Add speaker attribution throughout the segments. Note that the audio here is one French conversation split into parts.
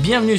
Speaker 1: Bienvenue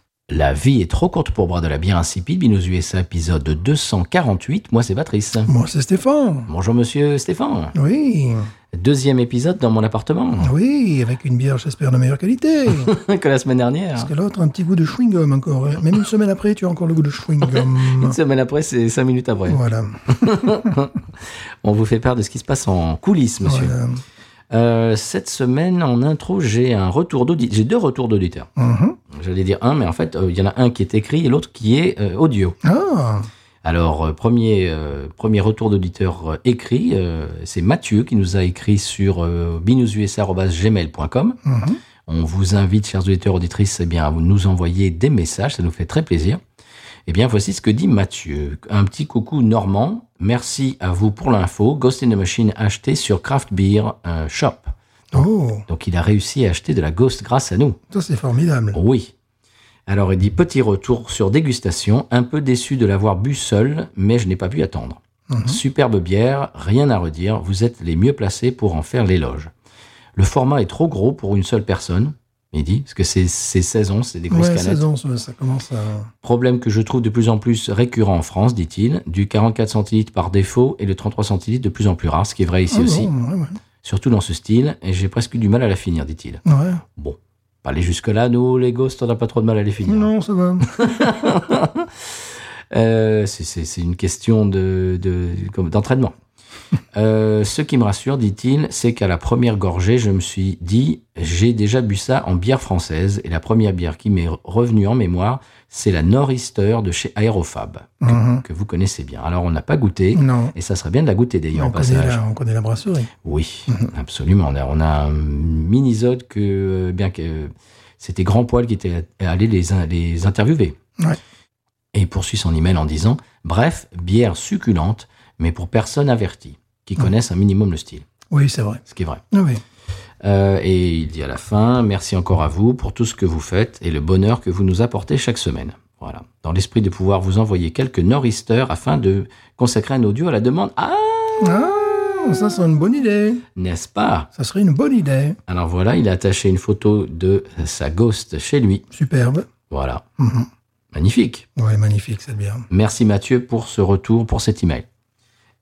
Speaker 1: La vie est trop courte pour boire de la bière insipide. Binous USA, épisode 248. Moi, c'est Patrice.
Speaker 2: Moi, c'est Stéphane.
Speaker 1: Bonjour, monsieur Stéphane.
Speaker 2: Oui.
Speaker 1: Deuxième épisode dans mon appartement
Speaker 2: Oui, avec une bière, j'espère, de meilleure qualité.
Speaker 1: que la semaine dernière.
Speaker 2: Parce que l'autre, un petit goût de chewing-gum encore. hein. Même une semaine après, tu as encore le goût
Speaker 1: Ah.
Speaker 2: de
Speaker 1: Une
Speaker 2: chewing-gum.
Speaker 1: semaine après, c'est cinq minutes après.
Speaker 2: Voilà.
Speaker 1: On vous fait part de ce qui se passe en coulisses, monsieur.
Speaker 2: Voilà.
Speaker 1: Euh, cette semaine, en intro, j'ai un retour d'audi- J'ai deux retours d'auditeurs.
Speaker 2: Mhm.
Speaker 1: J'allais dire un, mais en fait, euh, il y en a un qui est écrit et l'autre qui est euh, audio.
Speaker 2: Ah,
Speaker 1: Alors, euh, premier, euh, premier retour d'auditeur euh, écrit, euh, c'est Mathieu qui nous a écrit sur euh, binoususa.gmail.com.
Speaker 2: Mhm.
Speaker 1: On vous invite, chers auditeurs, auditrices, eh bien, à vous nous envoyer des messages, ça nous fait très plaisir. Eh bien, voici ce que dit Mathieu. Un petit coucou normand. Merci à vous pour l'info. Ghost in the Machine acheté sur Craft Beer euh, Shop.
Speaker 2: oh,
Speaker 1: Donc, il a réussi à acheter de la Ghost grâce à nous.
Speaker 2: ça c'est formidable.
Speaker 1: Oui. Alors, il dit petit retour sur dégustation. Un peu déçu de l'avoir bu seul, mais je n'ai pas pu attendre.
Speaker 2: Mhm.
Speaker 1: Superbe bière, rien à redire. Vous êtes les mieux placés pour en faire l'éloge. Le format est trop gros pour une seule personne. Il dit, parce que c'est c'est 16 onces, c'est des grosses
Speaker 2: Ouais,
Speaker 1: canettes.
Speaker 2: saison, ça, ça commence à.
Speaker 1: Problème que je trouve de plus en plus récurrent en France, dit-il, du 44 centilitres par défaut et le 33 centilitres de plus en plus rare, ce qui est vrai ici
Speaker 2: Ah
Speaker 1: aussi,
Speaker 2: bon, ouais, ouais.
Speaker 1: surtout dans ce style, et j'ai presque eu du mal à la finir, dit-il.
Speaker 2: Ouais.
Speaker 1: Bon, pas aller jusque-là, nous, les ghosts, on n'a pas trop de mal à les finir.
Speaker 2: Non, ça va.
Speaker 1: Euh, c'est- c'est c'est une question de- de- comme- d'entraînement. Euh, ce qui me rassure, dit-il, c'est qu'à la première gorgée, je me suis dit, j'ai déjà bu ça en bière française, et la première bière qui m'est revenue en mémoire, c'est la Nor'easter de chez Aérofab,
Speaker 2: Mhm.
Speaker 1: que vous connaissez bien. Alors, on n'a pas goûté,
Speaker 2: Non.
Speaker 1: et ça serait bien de la goûter d'ailleurs,
Speaker 2: On
Speaker 1: au
Speaker 2: connaît,
Speaker 1: passage.
Speaker 2: la, on connaît la brasserie.
Speaker 1: Oui, absolument. On a, on a un mini-zode que, euh, bien que euh, c'était Grand Poil qui était allé les, in- les interviewer.
Speaker 2: Ouais.
Speaker 1: Et il poursuit son email en disant Bref, bière succulente, mais pour personnes averties, qui connaissent un minimum le style.
Speaker 2: Oui, c'est vrai.
Speaker 1: Ce qui est vrai.
Speaker 2: Ah oui.
Speaker 1: Euh, et il dit à la fin Merci encore à vous pour tout ce que vous faites et le bonheur que vous nous apportez chaque semaine. Voilà. Dans l'esprit de pouvoir vous envoyer quelques nor'easter afin de consacrer un audio à la demande. Ah
Speaker 2: Ah, ça serait une bonne idée.
Speaker 1: N'est-ce pas
Speaker 2: Ça serait une bonne idée.
Speaker 1: Alors voilà, il a attaché une photo de sa ghost chez lui.
Speaker 2: Superbe.
Speaker 1: Voilà,
Speaker 2: Mhm.
Speaker 1: magnifique.
Speaker 2: Ouais, magnifique cette bière.
Speaker 1: Merci Mathieu pour ce retour, pour cet email.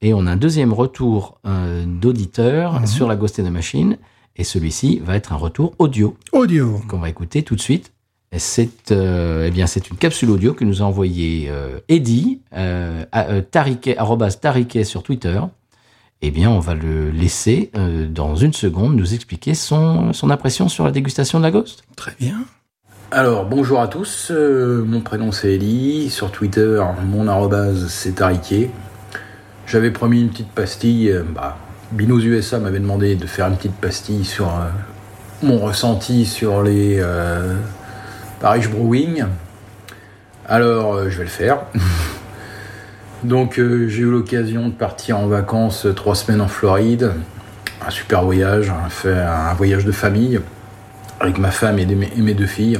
Speaker 1: Et on a un deuxième retour euh, d'auditeur
Speaker 2: Mhm.
Speaker 1: sur la Ghost in the Machine. Et celui-ci va être un retour audio
Speaker 2: Audio.
Speaker 1: qu'on va écouter tout de suite. Et C'est euh, eh bien c'est une capsule audio que nous a envoyée euh, Eddie euh, à, euh, tariquet arrobase tariquet sur Twitter. Eh bien, on va le laisser euh, dans une seconde nous expliquer son, son impression sur la dégustation de la Ghost.
Speaker 2: Très bien.
Speaker 3: Alors bonjour à tous, euh, mon prénom c'est Eli, sur Twitter mon arrobase c'est Tariquet. J'avais promis une petite pastille, euh, bah, Binous USA m'avait demandé de faire une petite pastille sur euh, mon ressenti sur les euh, Paris Brewing. Alors euh, je vais le faire. Donc euh, j'ai eu l'occasion de partir en vacances euh, trois semaines en Floride, un super voyage, un, fait- un voyage de famille avec ma femme et des- et mes deux filles.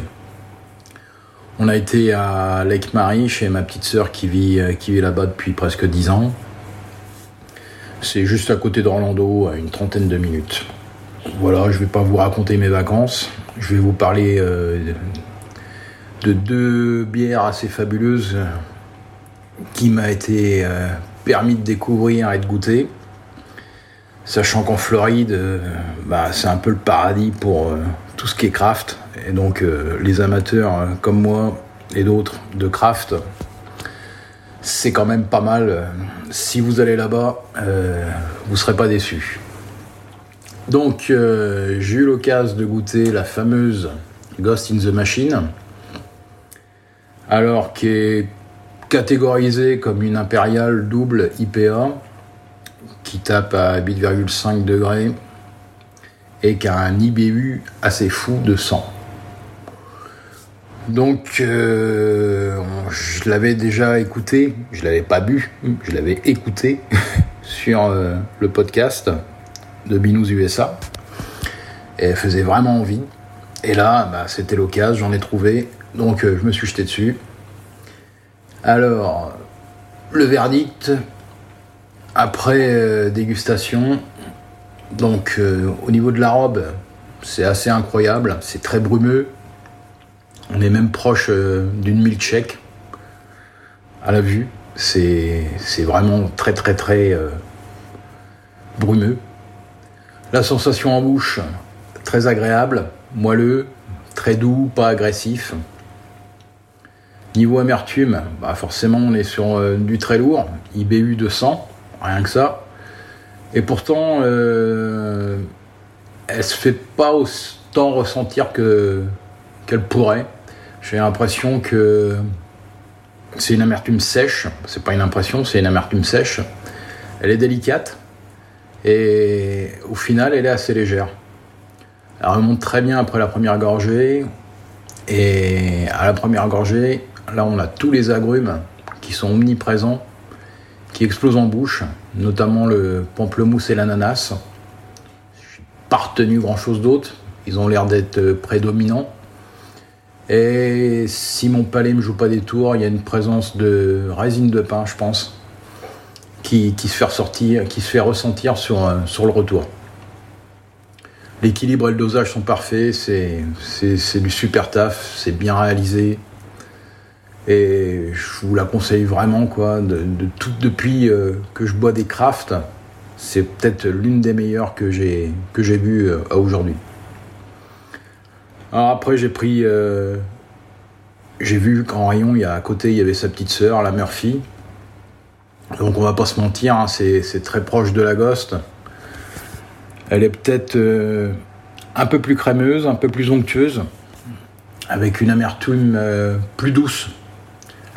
Speaker 3: On a été à Lake Marie chez ma petite sœur qui vit, euh, qui vit là-bas depuis presque 10 ans. C'est juste à côté d'Orlando, à une trentaine de minutes. Voilà, je vais pas vous raconter mes vacances. Je vais vous parler euh, de deux bières assez fabuleuses euh, qui m'a été euh, permis de découvrir et de goûter. Sachant qu'en Floride, euh, bah, c'est un peu le paradis pour euh, tout ce qui est craft. Et donc, euh, les amateurs euh, comme moi et d'autres de craft, c'est quand même pas mal. Euh, Si vous allez là-bas, euh, vous serez pas déçus. Donc, euh, j'ai eu l'occasion de goûter la fameuse Ghost in the Machine, alors qui est catégorisée comme une impériale double IPA qui tape à 8,5 degrés et qui a un IBU assez fou de 100. Donc, euh, on- je l'avais déjà écouté, je l'avais pas bu, je l'avais écouté sur euh, le podcast de Binous USA. Et elle faisait vraiment envie. Et là, bah, c'était l'occasion, j'en ai trouvé. Donc, euh, je me suis jeté dessus. Alors, le verdict, après euh, dégustation, donc euh, au niveau de la robe, c'est assez incroyable, c'est très brumeux. On est même proche euh, d'une milkshake à la vue. C'est c'est vraiment très très très euh, brumeux. La sensation en bouche, très agréable, moelleux, très doux, pas agressif. Niveau amertume, bah forcément on est sur euh, du très lourd, IBU 200, rien que ça. Et pourtant, euh, elle se fait pas autant ressentir que qu'elle pourrait. J'ai l'impression que c'est une amertume sèche. C'est pas une impression, c'est une amertume sèche. Elle est délicate et au final, elle est assez légère. Elle remonte très bien après la première gorgée. Et à la première gorgée, là, on a tous les agrumes qui sont omniprésents, qui explosent en bouche, notamment le pamplemousse et l'ananas pas retenu grand chose d'autre. Ils ont l'air d'être euh, prédominants. Et si mon palais me joue pas des tours, il y a une présence de résine de pain, je pense, qui, qui se fait ressortir, qui se fait ressentir sur, euh, sur le retour. L'équilibre et le dosage sont parfaits, c'est, c'est, c'est du super taf, c'est bien réalisé. Et je vous la conseille vraiment, quoi. De, de tout, depuis euh, que je bois des crafts, c'est peut-être l'une des meilleures que j'ai que j'ai vues euh, à aujourd'hui. Alors après j'ai pris euh, j'ai vu qu'en rayon il y a à côté il y avait sa petite sœur la Murphy. Donc on va pas se mentir, hein, c'est c'est très proche de la Ghost. Elle est peut-être euh, un peu plus crémeuse, un peu plus onctueuse, avec une amertume euh, plus douce.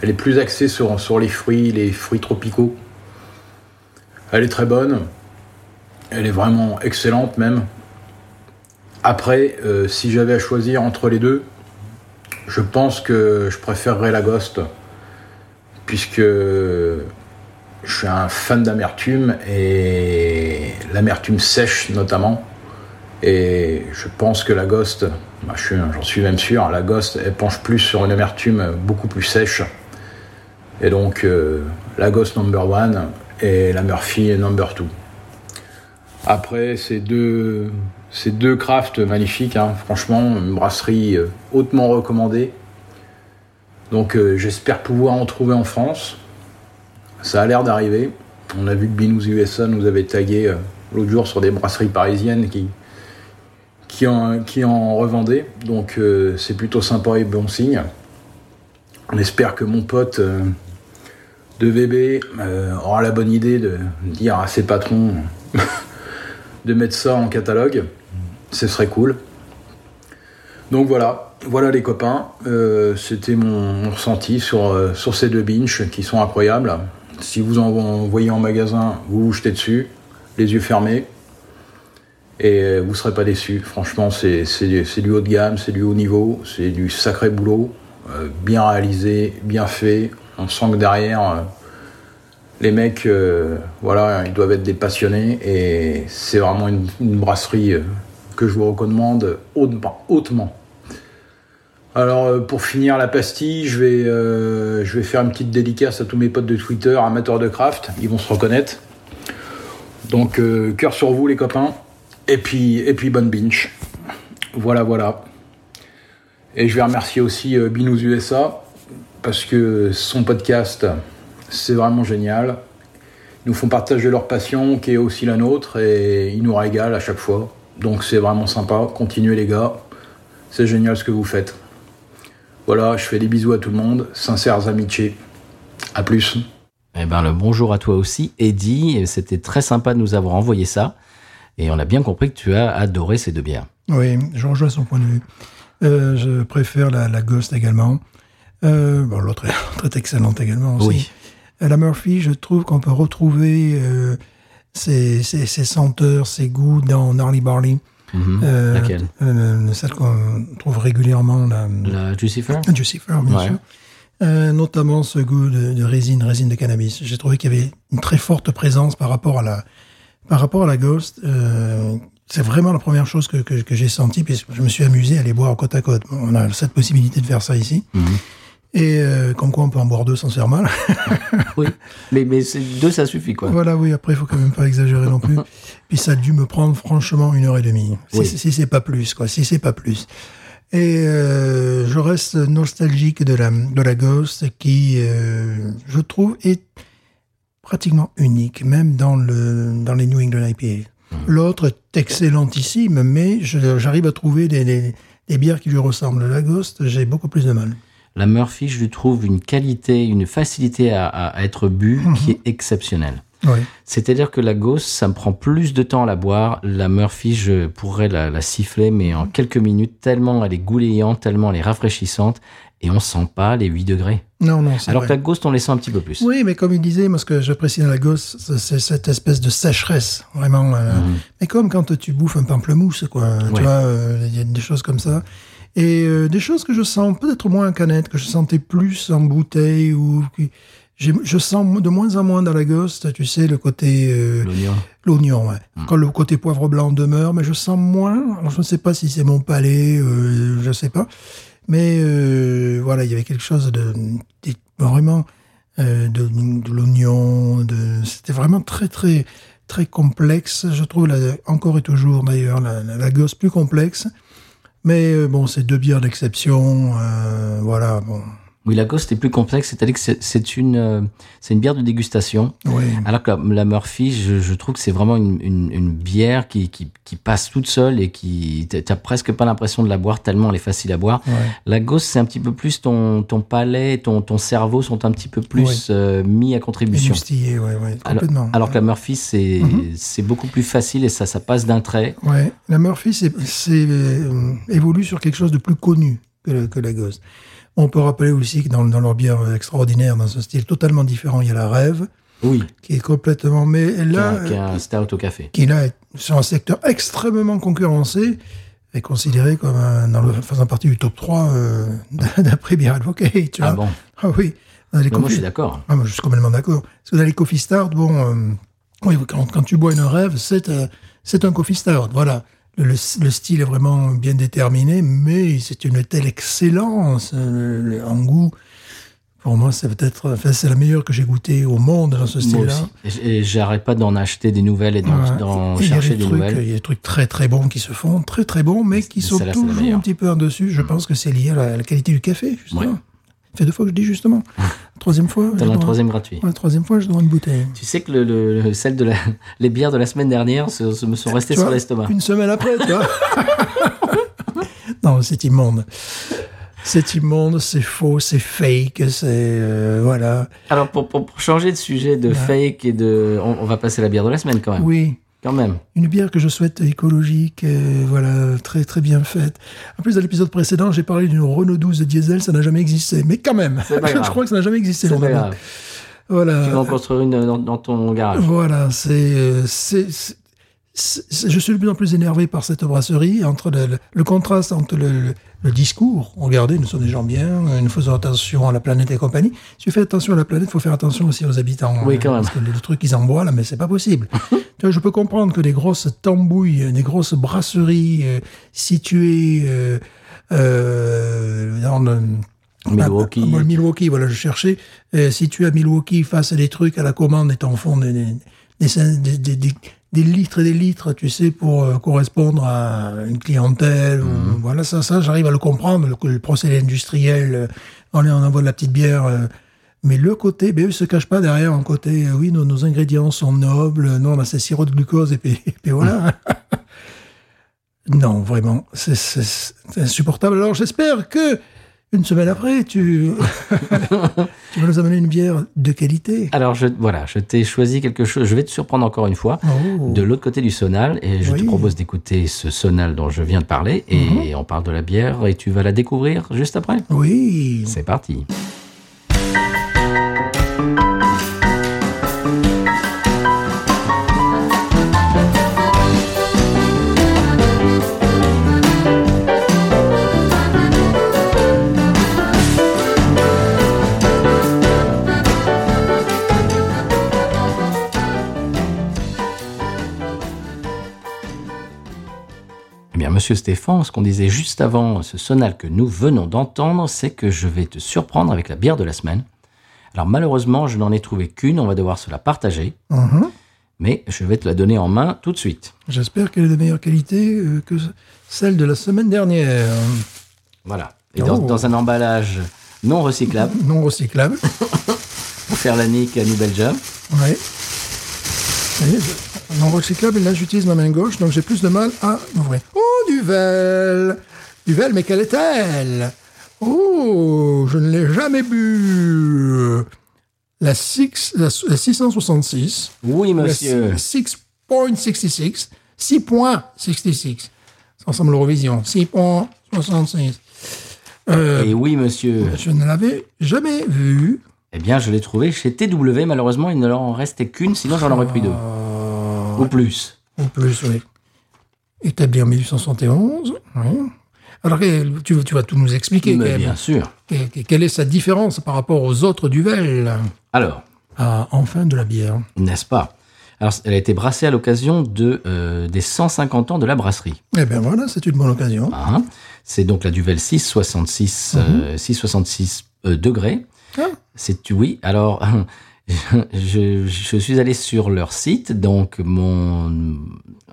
Speaker 3: Elle est plus axée sur, sur les fruits, les fruits tropicaux. Elle est très bonne. Elle est vraiment excellente même. Après, euh, si j'avais à choisir entre les deux, je pense que je préférerais la Ghost. Puisque je suis un fan d'amertume et l'amertume sèche notamment. Et je pense que la Ghost, bah, je suis- j'en suis même sûr, la Ghost elle penche plus sur une amertume beaucoup plus sèche. Et donc, euh, la Ghost number one et la Murphy number two. Après, ces deux, ces deux crafts magnifiques, hein. franchement, une brasserie euh, hautement recommandée. Donc, euh, j'espère pouvoir en trouver en France. Ça a l'air d'arriver. On a vu que Binous USA nous avait tagué euh, l'autre jour sur des brasseries parisiennes qui, qui, en, qui en revendaient. Donc, euh, c'est plutôt sympa et bon signe. On espère que mon pote euh, de VB euh, aura la bonne idée de dire à ses patrons de mettre ça en catalogue. Ce serait cool. Donc voilà, voilà les copains. Euh, C'était mon, mon ressenti sur, euh, sur ces deux binges qui sont incroyables. Si vous en voyez en magasin, vous vous jetez dessus, les yeux fermés. Et euh, vous ne serez pas déçus. Franchement, c'est c'est du c'est du haut de gamme, c'est du haut niveau, c'est du sacré boulot, euh, bien réalisé, bien fait. On sent que derrière, euh, les mecs, euh, voilà, ils doivent être des passionnés. Et c'est vraiment une, une brasserie euh, que je vous recommande hautement. hautement. Alors, euh, pour finir la pastille, je vais, euh, je vais faire une petite dédicace à tous mes potes de Twitter, amateurs de craft. Ils vont se reconnaître. Donc, euh, cœur sur vous, les copains. Et puis, et puis bonne binge. Voilà, voilà. Et je vais remercier aussi euh, Binous USA parce que son podcast, c'est vraiment génial. Ils nous font partager leur passion qui est aussi la nôtre et ils nous régalent à chaque fois. Donc c'est vraiment sympa. Continuez les gars. C'est génial ce que vous faites. Voilà, je fais des bisous à tout le monde. Sincères amitiés. À plus.
Speaker 1: Eh ben, le bonjour à toi aussi, Eddie. Et C'était très sympa de nous avoir envoyé ça. Et on a bien compris que tu as adoré ces deux bières.
Speaker 2: Oui, je rejoins son point de vue. Euh, je préfère la, la Ghost également. Euh, bon, l'autre est, l'autre est excellente également aussi.
Speaker 1: Oui.
Speaker 2: Euh, La Murphy, je trouve qu'on peut retrouver euh, ses, ses- ses senteurs, ses goûts dans Gnarly Barley.
Speaker 1: Mhm.
Speaker 2: Euh,
Speaker 1: Laquelle
Speaker 2: euh, Celle qu'on trouve régulièrement, la,
Speaker 1: La Jucifer
Speaker 2: Jucifer, bien
Speaker 1: Ouais.
Speaker 2: sûr. Euh, notamment ce goût de, de résine, résine de cannabis. J'ai trouvé qu'il y avait une très forte présence par rapport à la, par rapport à la Ghost. Euh, c'est vraiment la première chose que, que, que j'ai senti, puisque je me suis amusé à les boire côte à côte. Bon, On a cette possibilité de faire ça ici. Et euh, comme quoi on peut en boire deux sans se faire mal.
Speaker 1: Oui. Mais, mais c'est- deux, ça suffit, quoi.
Speaker 2: Voilà, oui, après, il faut quand même pas exagérer non plus. Puis ça a dû me prendre franchement une heure et demie. Si,
Speaker 1: Oui.
Speaker 2: si c'est pas plus, quoi. Si c'est pas plus. Et euh, je reste nostalgique de la, de la Ghost qui, euh, je trouve, est pratiquement unique, même dans, le, dans les New England IPA.
Speaker 1: Mmh.
Speaker 2: L'autre est excellentissime, mais je- j'arrive à trouver des, des, des bières qui lui ressemblent. La Ghost, j'ai beaucoup plus de mal.
Speaker 1: La Murphy, je lui trouve une qualité, une facilité à, à être bu qui est exceptionnelle.
Speaker 2: Oui.
Speaker 1: C'est-à-dire que la Gauss, ça me prend plus de temps à la boire. La Murphy, je pourrais la, la siffler, mais en quelques minutes, tellement elle est gouléante, tellement elle est rafraîchissante, et on sent pas les 8 degrés.
Speaker 2: Non, non, c'est
Speaker 1: Alors
Speaker 2: vrai.
Speaker 1: que la Ghost, on les sent un petit peu plus.
Speaker 2: Oui, mais comme il disait, moi ce que j'apprécie dans la gosse, c'est- c'est cette espèce de sécheresse, vraiment. euh, Mais comme quand tu bouffes un pamplemousse, quoi.
Speaker 1: Ouais.
Speaker 2: Tu vois, euh, il y a des choses comme ça. Et euh, des choses que je sens peut-être moins en canette, que je sentais plus en bouteille ou qui- j'ai- je sens de moins en moins dans la gosse, tu sais, le côté euh,
Speaker 1: L'oignon.
Speaker 2: l'oignon. ouais. Quand le côté poivre blanc demeure, mais je sens moins. Alors, je ne sais pas si c'est mon palais, euh, je ne sais pas. Mais euh, voilà, il y avait quelque chose de, de- vraiment euh, de, de l'oignon. de- C'était vraiment très très très complexe. Je trouve la, encore et toujours d'ailleurs la, la, la gosse plus complexe. Mais euh, bon, c'est deux bières d'exception. euh, voilà, bon.
Speaker 1: Oui, la Ghost est plus complexe, c'est-à-dire que c'est- c'est une, euh, c'est une bière de dégustation.
Speaker 2: Oui.
Speaker 1: Alors que la, la Murphy, je, je trouve que c'est vraiment une, une- une bière qui, qui, qui passe toute seule et qui t'as t'as presque pas l'impression de la boire tellement elle est facile à boire.
Speaker 2: Ouais.
Speaker 1: La Ghost, c'est un petit peu plus ton, ton palais, ton, ton cerveau sont un petit peu plus
Speaker 2: Oui.
Speaker 1: euh, mis à
Speaker 2: Et
Speaker 1: contribution.
Speaker 2: Mustillé, ouais, ouais,
Speaker 1: Alors,
Speaker 2: complètement.
Speaker 1: alors que la Murphy, c'est
Speaker 2: Mhm.
Speaker 1: c'est beaucoup plus facile et ça, ça passe d'un trait.
Speaker 2: Ouais, la Murphy c'est c'est, euh, évolue sur quelque chose de plus connu que, le- que la Ghost. On peut rappeler aussi que dans, dans leur bière extraordinaire, dans un style totalement différent, il y a la Rêve,
Speaker 1: Oui.
Speaker 2: qui est complètement... Mais là, euh,
Speaker 1: Qu'un qu'un stout au café.
Speaker 2: qui là est sur un secteur extrêmement concurrencé, est considéré comme un- dans le, faisant partie du top 3 euh, d'après Beer Advocate. Tu vois.
Speaker 1: Ah bon
Speaker 2: Ah oui. Dans les
Speaker 1: Mais Moi, je
Speaker 2: confi-
Speaker 1: suis d'accord.
Speaker 2: ah, moi, je suis complètement d'accord. Parce que dans les coffee stars, bon, euh, oui, quand, quand tu bois une rêve, c'est un, c'est un coffee stout. Voilà. Le, le- le style est vraiment bien déterminé, mais c'est une telle excellence euh, le- en goût. Pour moi, c'est peut-être, enfin, c'est la meilleure que j'ai goûtée au monde dans ce
Speaker 1: Moi
Speaker 2: style-là.
Speaker 1: aussi. Et j- Et j'arrête pas d'en acheter des nouvelles et d'en
Speaker 2: Ouais.
Speaker 1: d'en
Speaker 2: Et il y a
Speaker 1: chercher
Speaker 2: des
Speaker 1: des
Speaker 2: trucs, il
Speaker 1: nouvelles.
Speaker 2: y a des trucs très très bons qui se font, très très bons, mais qui
Speaker 1: Mais
Speaker 2: sont
Speaker 1: celle-là, c'est la
Speaker 2: toujours
Speaker 1: meilleure. Mm.
Speaker 2: un petit peu en dessus. Je pense que c'est lié à la, à la qualité du café, justement.
Speaker 1: Ouais.
Speaker 2: Ça fait deux fois que je dis justement. troisième fois. je
Speaker 1: T'as la
Speaker 2: dois-
Speaker 1: troisième gratuit.
Speaker 2: Ouais, la troisième fois, je demande une bouteille.
Speaker 1: Tu sais que le, le- le- celle de la, les bières de la semaine dernière se, se me sont restées
Speaker 2: Tu
Speaker 1: sur
Speaker 2: vois,
Speaker 1: l'estomac.
Speaker 2: Une semaine après, tu vois. non, c'est immonde. C'est immonde, c'est faux, c'est fake, c'est. euh, voilà.
Speaker 1: Alors pour, pour- pour changer de sujet de fake et de, on, on va passer à la bière de la semaine quand même.
Speaker 2: Oui.
Speaker 1: Quand même.
Speaker 2: Une bière que je souhaite écologique, euh, voilà, très très bien faite. En plus, dans l'épisode précédent, j'ai parlé d'une Renault 12 de diesel, ça n'a jamais existé. Mais quand même,
Speaker 1: C'est pas
Speaker 2: je
Speaker 1: grave.
Speaker 2: crois que ça n'a jamais existé.
Speaker 1: C'est pas
Speaker 2: vraiment.
Speaker 1: grave.
Speaker 2: Voilà.
Speaker 1: Tu vas en construire une dans, dans ton garage.
Speaker 2: Voilà, c'est, euh, c'est, c'est- c'est- je suis de plus en plus énervé par cette brasserie, entre le, le- le contraste entre le, le- le discours, regardez, nous sommes des gens bien, euh, nous faisons attention à la planète et compagnie. Si tu fais attention à la planète, il faut faire attention aussi aux habitants.
Speaker 1: Oui,
Speaker 2: hein,
Speaker 1: quand même.
Speaker 2: Parce que le, le truc, ils en boivent, là, mais c'est pas possible. tu vois, je peux comprendre que des grosses tambouilles, euh, des grosses brasseries euh, situées euh, euh, dans le...
Speaker 1: Milwaukee.
Speaker 2: Ah, moi, Milwaukee, voilà, je cherchais. Euh, si tu es à Milwaukee face à des trucs à la commande et t'en font des, des, des- des- des- des- des litres et des litres, tu sais, pour euh, correspondre à une clientèle, ou- voilà, ça, ça, j'arrive à le comprendre, le, le procédé industriel, euh, allez, on envoie de la petite bière. euh, mais le côté, ben, eux, ils se cachent pas derrière un côté, euh, oui, nos, nos ingrédients sont nobles, non, là, c'est sirop de glucose, et puis, et puis voilà. non, vraiment, c'est- c'est c'est insupportable. Alors, j'espère que une semaine après, tu... tu vas nous amener une bière de qualité.
Speaker 1: Alors je, voilà, je t'ai choisi quelque chose. Je vais te surprendre encore une fois.
Speaker 2: Oh.
Speaker 1: Ah. De l'autre côté du sonal, et je te
Speaker 2: Oui. Mhm.
Speaker 1: propose d'écouter ce sonal dont je viens de parler, et on parle de la bière, et tu vas la découvrir juste après.
Speaker 2: Oui.
Speaker 1: C'est parti. Eh Monsieur Stéphane, ce qu'on disait juste avant ce sonal que nous venons d'entendre, c'est que je vais te surprendre avec la bière de la semaine. Alors malheureusement, je n'en ai trouvé qu'une, on va devoir se la partager,
Speaker 2: Mhm.
Speaker 1: mais je vais te la donner en main tout de suite.
Speaker 2: J'espère qu'elle est de meilleure qualité euh, que celle de la semaine dernière.
Speaker 1: Voilà. Et dans,
Speaker 2: Oh.
Speaker 1: dans un emballage non recyclable,
Speaker 2: Non recyclable.
Speaker 1: pour faire la nique à New Belgium.
Speaker 2: Ouais. Ça y est, je- Non recyclable, et là j'utilise ma main gauche, donc j'ai plus de mal à m'ouvrir. Oh, Duvel Duvel, mais quelle est-elle Oh, je ne l'ai jamais bu La, six- la, la 666.
Speaker 1: Oui,
Speaker 2: La
Speaker 1: monsieur.
Speaker 2: 6.66. 6.66. Ça ressemble à l'Eurovision. 6.66. Euh,
Speaker 1: Et oui, monsieur.
Speaker 2: je ne l'avais jamais vu.
Speaker 1: Eh bien, je l'ai trouvé chez TW. Malheureusement, il ne leur en restait qu'une, sinon j'en aurais pris deux.
Speaker 2: Ah.
Speaker 1: Ou plus.
Speaker 2: On peut le sauver. Établi en 1871. oui. Alors, quel- tu, tu vas tout nous expliquer.
Speaker 1: Mais
Speaker 2: quand
Speaker 1: bien
Speaker 2: même.
Speaker 1: sûr.
Speaker 2: Que- que- Quelle est sa différence par rapport aux autres duvel
Speaker 1: Alors,
Speaker 2: Ah, enfin de la bière.
Speaker 1: n'est-ce pas Alors, elle a été brassée à l'occasion de, euh, des 150 ans de la brasserie.
Speaker 2: Eh bien voilà, c'est une bonne occasion.
Speaker 1: Hein C'est donc la Duvel 666, euh, 666 euh, degrés.
Speaker 2: Ah.
Speaker 1: C'est oui. Alors, je, je suis allé sur leur site, donc mon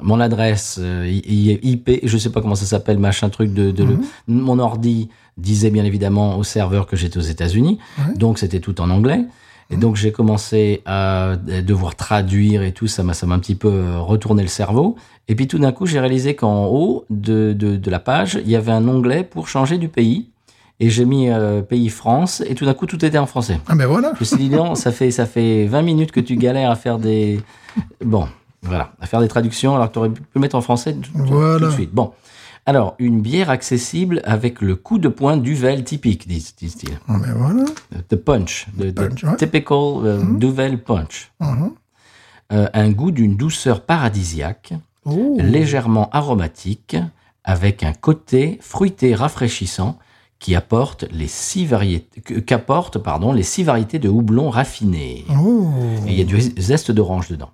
Speaker 1: mon adresse euh, I- I- IP, je sais pas comment ça s'appelle, machin truc de, de le- mon ordi disait bien évidemment au serveur que j'étais aux États-Unis,
Speaker 2: Ouais.
Speaker 1: donc c'était tout en anglais. Et donc j'ai commencé à devoir traduire et tout, ça m'a ça m'a un petit peu euh, retourné le cerveau. Et puis tout d'un coup j'ai réalisé qu'en haut de, de, de la page, il y avait un onglet pour changer du pays. Et j'ai mis euh, pays France, et tout d'un coup, tout était en français.
Speaker 2: Ah ben voilà.
Speaker 1: Je me suis dit, non, ça fait, ça fait 20 minutes que tu galères à faire des. Bon, voilà, à faire des traductions, alors que tu aurais pu le mettre en français tout, tout-
Speaker 2: Voilà.
Speaker 1: tout de suite. Bon. Alors, une bière accessible avec le coup de poing Duvel typique, disent- disent-ils.
Speaker 2: Ah ben voilà.
Speaker 1: The punch. The, the
Speaker 2: punch, ouais.
Speaker 1: typical euh, Duvel punch.
Speaker 2: Mhm.
Speaker 1: Euh, un goût d'une douceur paradisiaque,
Speaker 2: Oh.
Speaker 1: légèrement aromatique, avec un côté fruité rafraîchissant qui apporte les six variétés, que- qu'apporte, pardon, les six variétés de houblon raffiné.
Speaker 2: Oh.
Speaker 1: Et il y a du zeste d'orange dedans.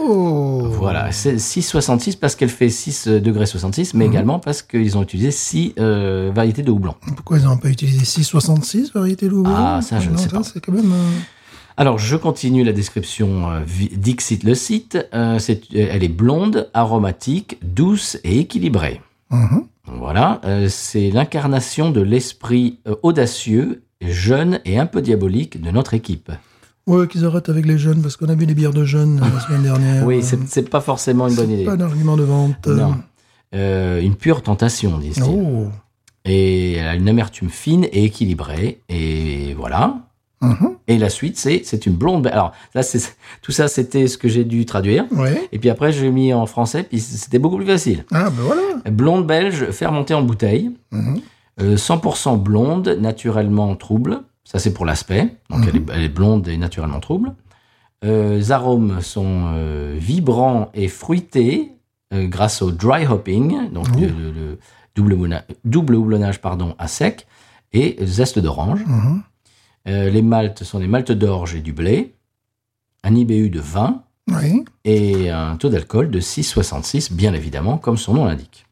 Speaker 2: Oh.
Speaker 1: Voilà, c'est 6,66 parce qu'elle fait 6 degrés 66, mais également parce qu'ils ont utilisé 6 euh, variétés de houblon.
Speaker 2: Pourquoi ils n'ont pas utilisé 666 variété Louvain
Speaker 1: Ah, ça, je ne
Speaker 2: Non,
Speaker 1: sais
Speaker 2: ça,
Speaker 1: pas.
Speaker 2: C'est quand même. euh,
Speaker 1: Alors, je continue la description euh, vi- Dixit le site. Euh, c'est- elle est blonde, aromatique, douce et équilibrée.
Speaker 2: mhm.
Speaker 1: Voilà, euh, c'est l'incarnation de l'esprit euh, audacieux, jeune et un peu diabolique de notre équipe.
Speaker 2: Ouais, qu'ils arrêtent avec les jeunes, parce qu'on a bu des bières de jeunes euh, la semaine dernière.
Speaker 1: Oui,
Speaker 2: Euh,
Speaker 1: c'est c'est pas forcément une bonne
Speaker 2: c'est
Speaker 1: idée.
Speaker 2: Pas d'argument de vente. euh,
Speaker 1: Non. Euh, une pure tentation, disent-ils.
Speaker 2: Oh.
Speaker 1: Et elle a une amertume fine et équilibrée. Et voilà.
Speaker 2: Mhm.
Speaker 1: Et la suite, c'est c'est une blonde. Alors, là, c'est- tout ça, c'était ce que j'ai dû traduire.
Speaker 2: Ouais.
Speaker 1: Et puis après, j'ai mis en français, puis c'était beaucoup plus facile.
Speaker 2: Ah, ben voilà.
Speaker 1: Blonde belge, fermentée en bouteille.
Speaker 2: Mhm.
Speaker 1: Euh, 100% blonde, naturellement trouble. Ça, c'est pour l'aspect. Donc, elle, est, elle est blonde et naturellement trouble. Euh, les arômes sont euh, vibrants et fruités euh, grâce au dry hopping, donc
Speaker 2: Ouh.
Speaker 1: le, le- le double, mouna- double houblonnage pardon, à sec, et zeste d'orange.
Speaker 2: Mhm.
Speaker 1: Euh, les maltes sont des maltes d'orge et du blé. Un IBU de 20
Speaker 2: Oui.
Speaker 1: et un taux d'alcool de 6,66, bien évidemment, comme son nom l'indique.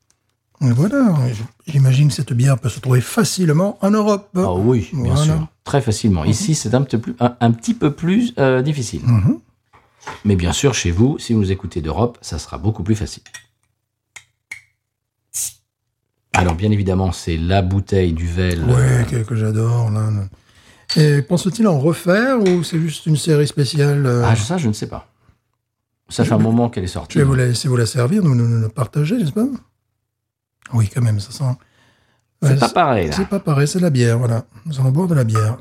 Speaker 2: Et voilà. Je- J'imagine que cette bière peut se trouver facilement en Europe.
Speaker 1: Ah oui, bien
Speaker 2: Hein Voilà.
Speaker 1: sûr. Très facilement. Ici, c'est un, petit peu plus- un- un petit peu plus euh, difficile.
Speaker 2: Mhm.
Speaker 1: Mais bien sûr, chez vous, si vous nous écoutez d'Europe, ça sera beaucoup plus facile. Alors, bien évidemment, c'est la bouteille du vel.
Speaker 2: Ouais, que, que j'adore. là. Et pense-t-il en refaire ou c'est juste une série spéciale euh,
Speaker 1: Ah, ça, je ne sais pas. Ça fait un moment qu'elle est sortie.
Speaker 2: Je vais vous la, si vous la servir, nous nous, nous la partager, n'est-ce pas Oui, quand même, ça sent.
Speaker 1: C'est
Speaker 2: Ouais,
Speaker 1: pas pareil, là.
Speaker 2: C'est pas pareil, c'est de la bière, voilà. Nous allons boire de la bière.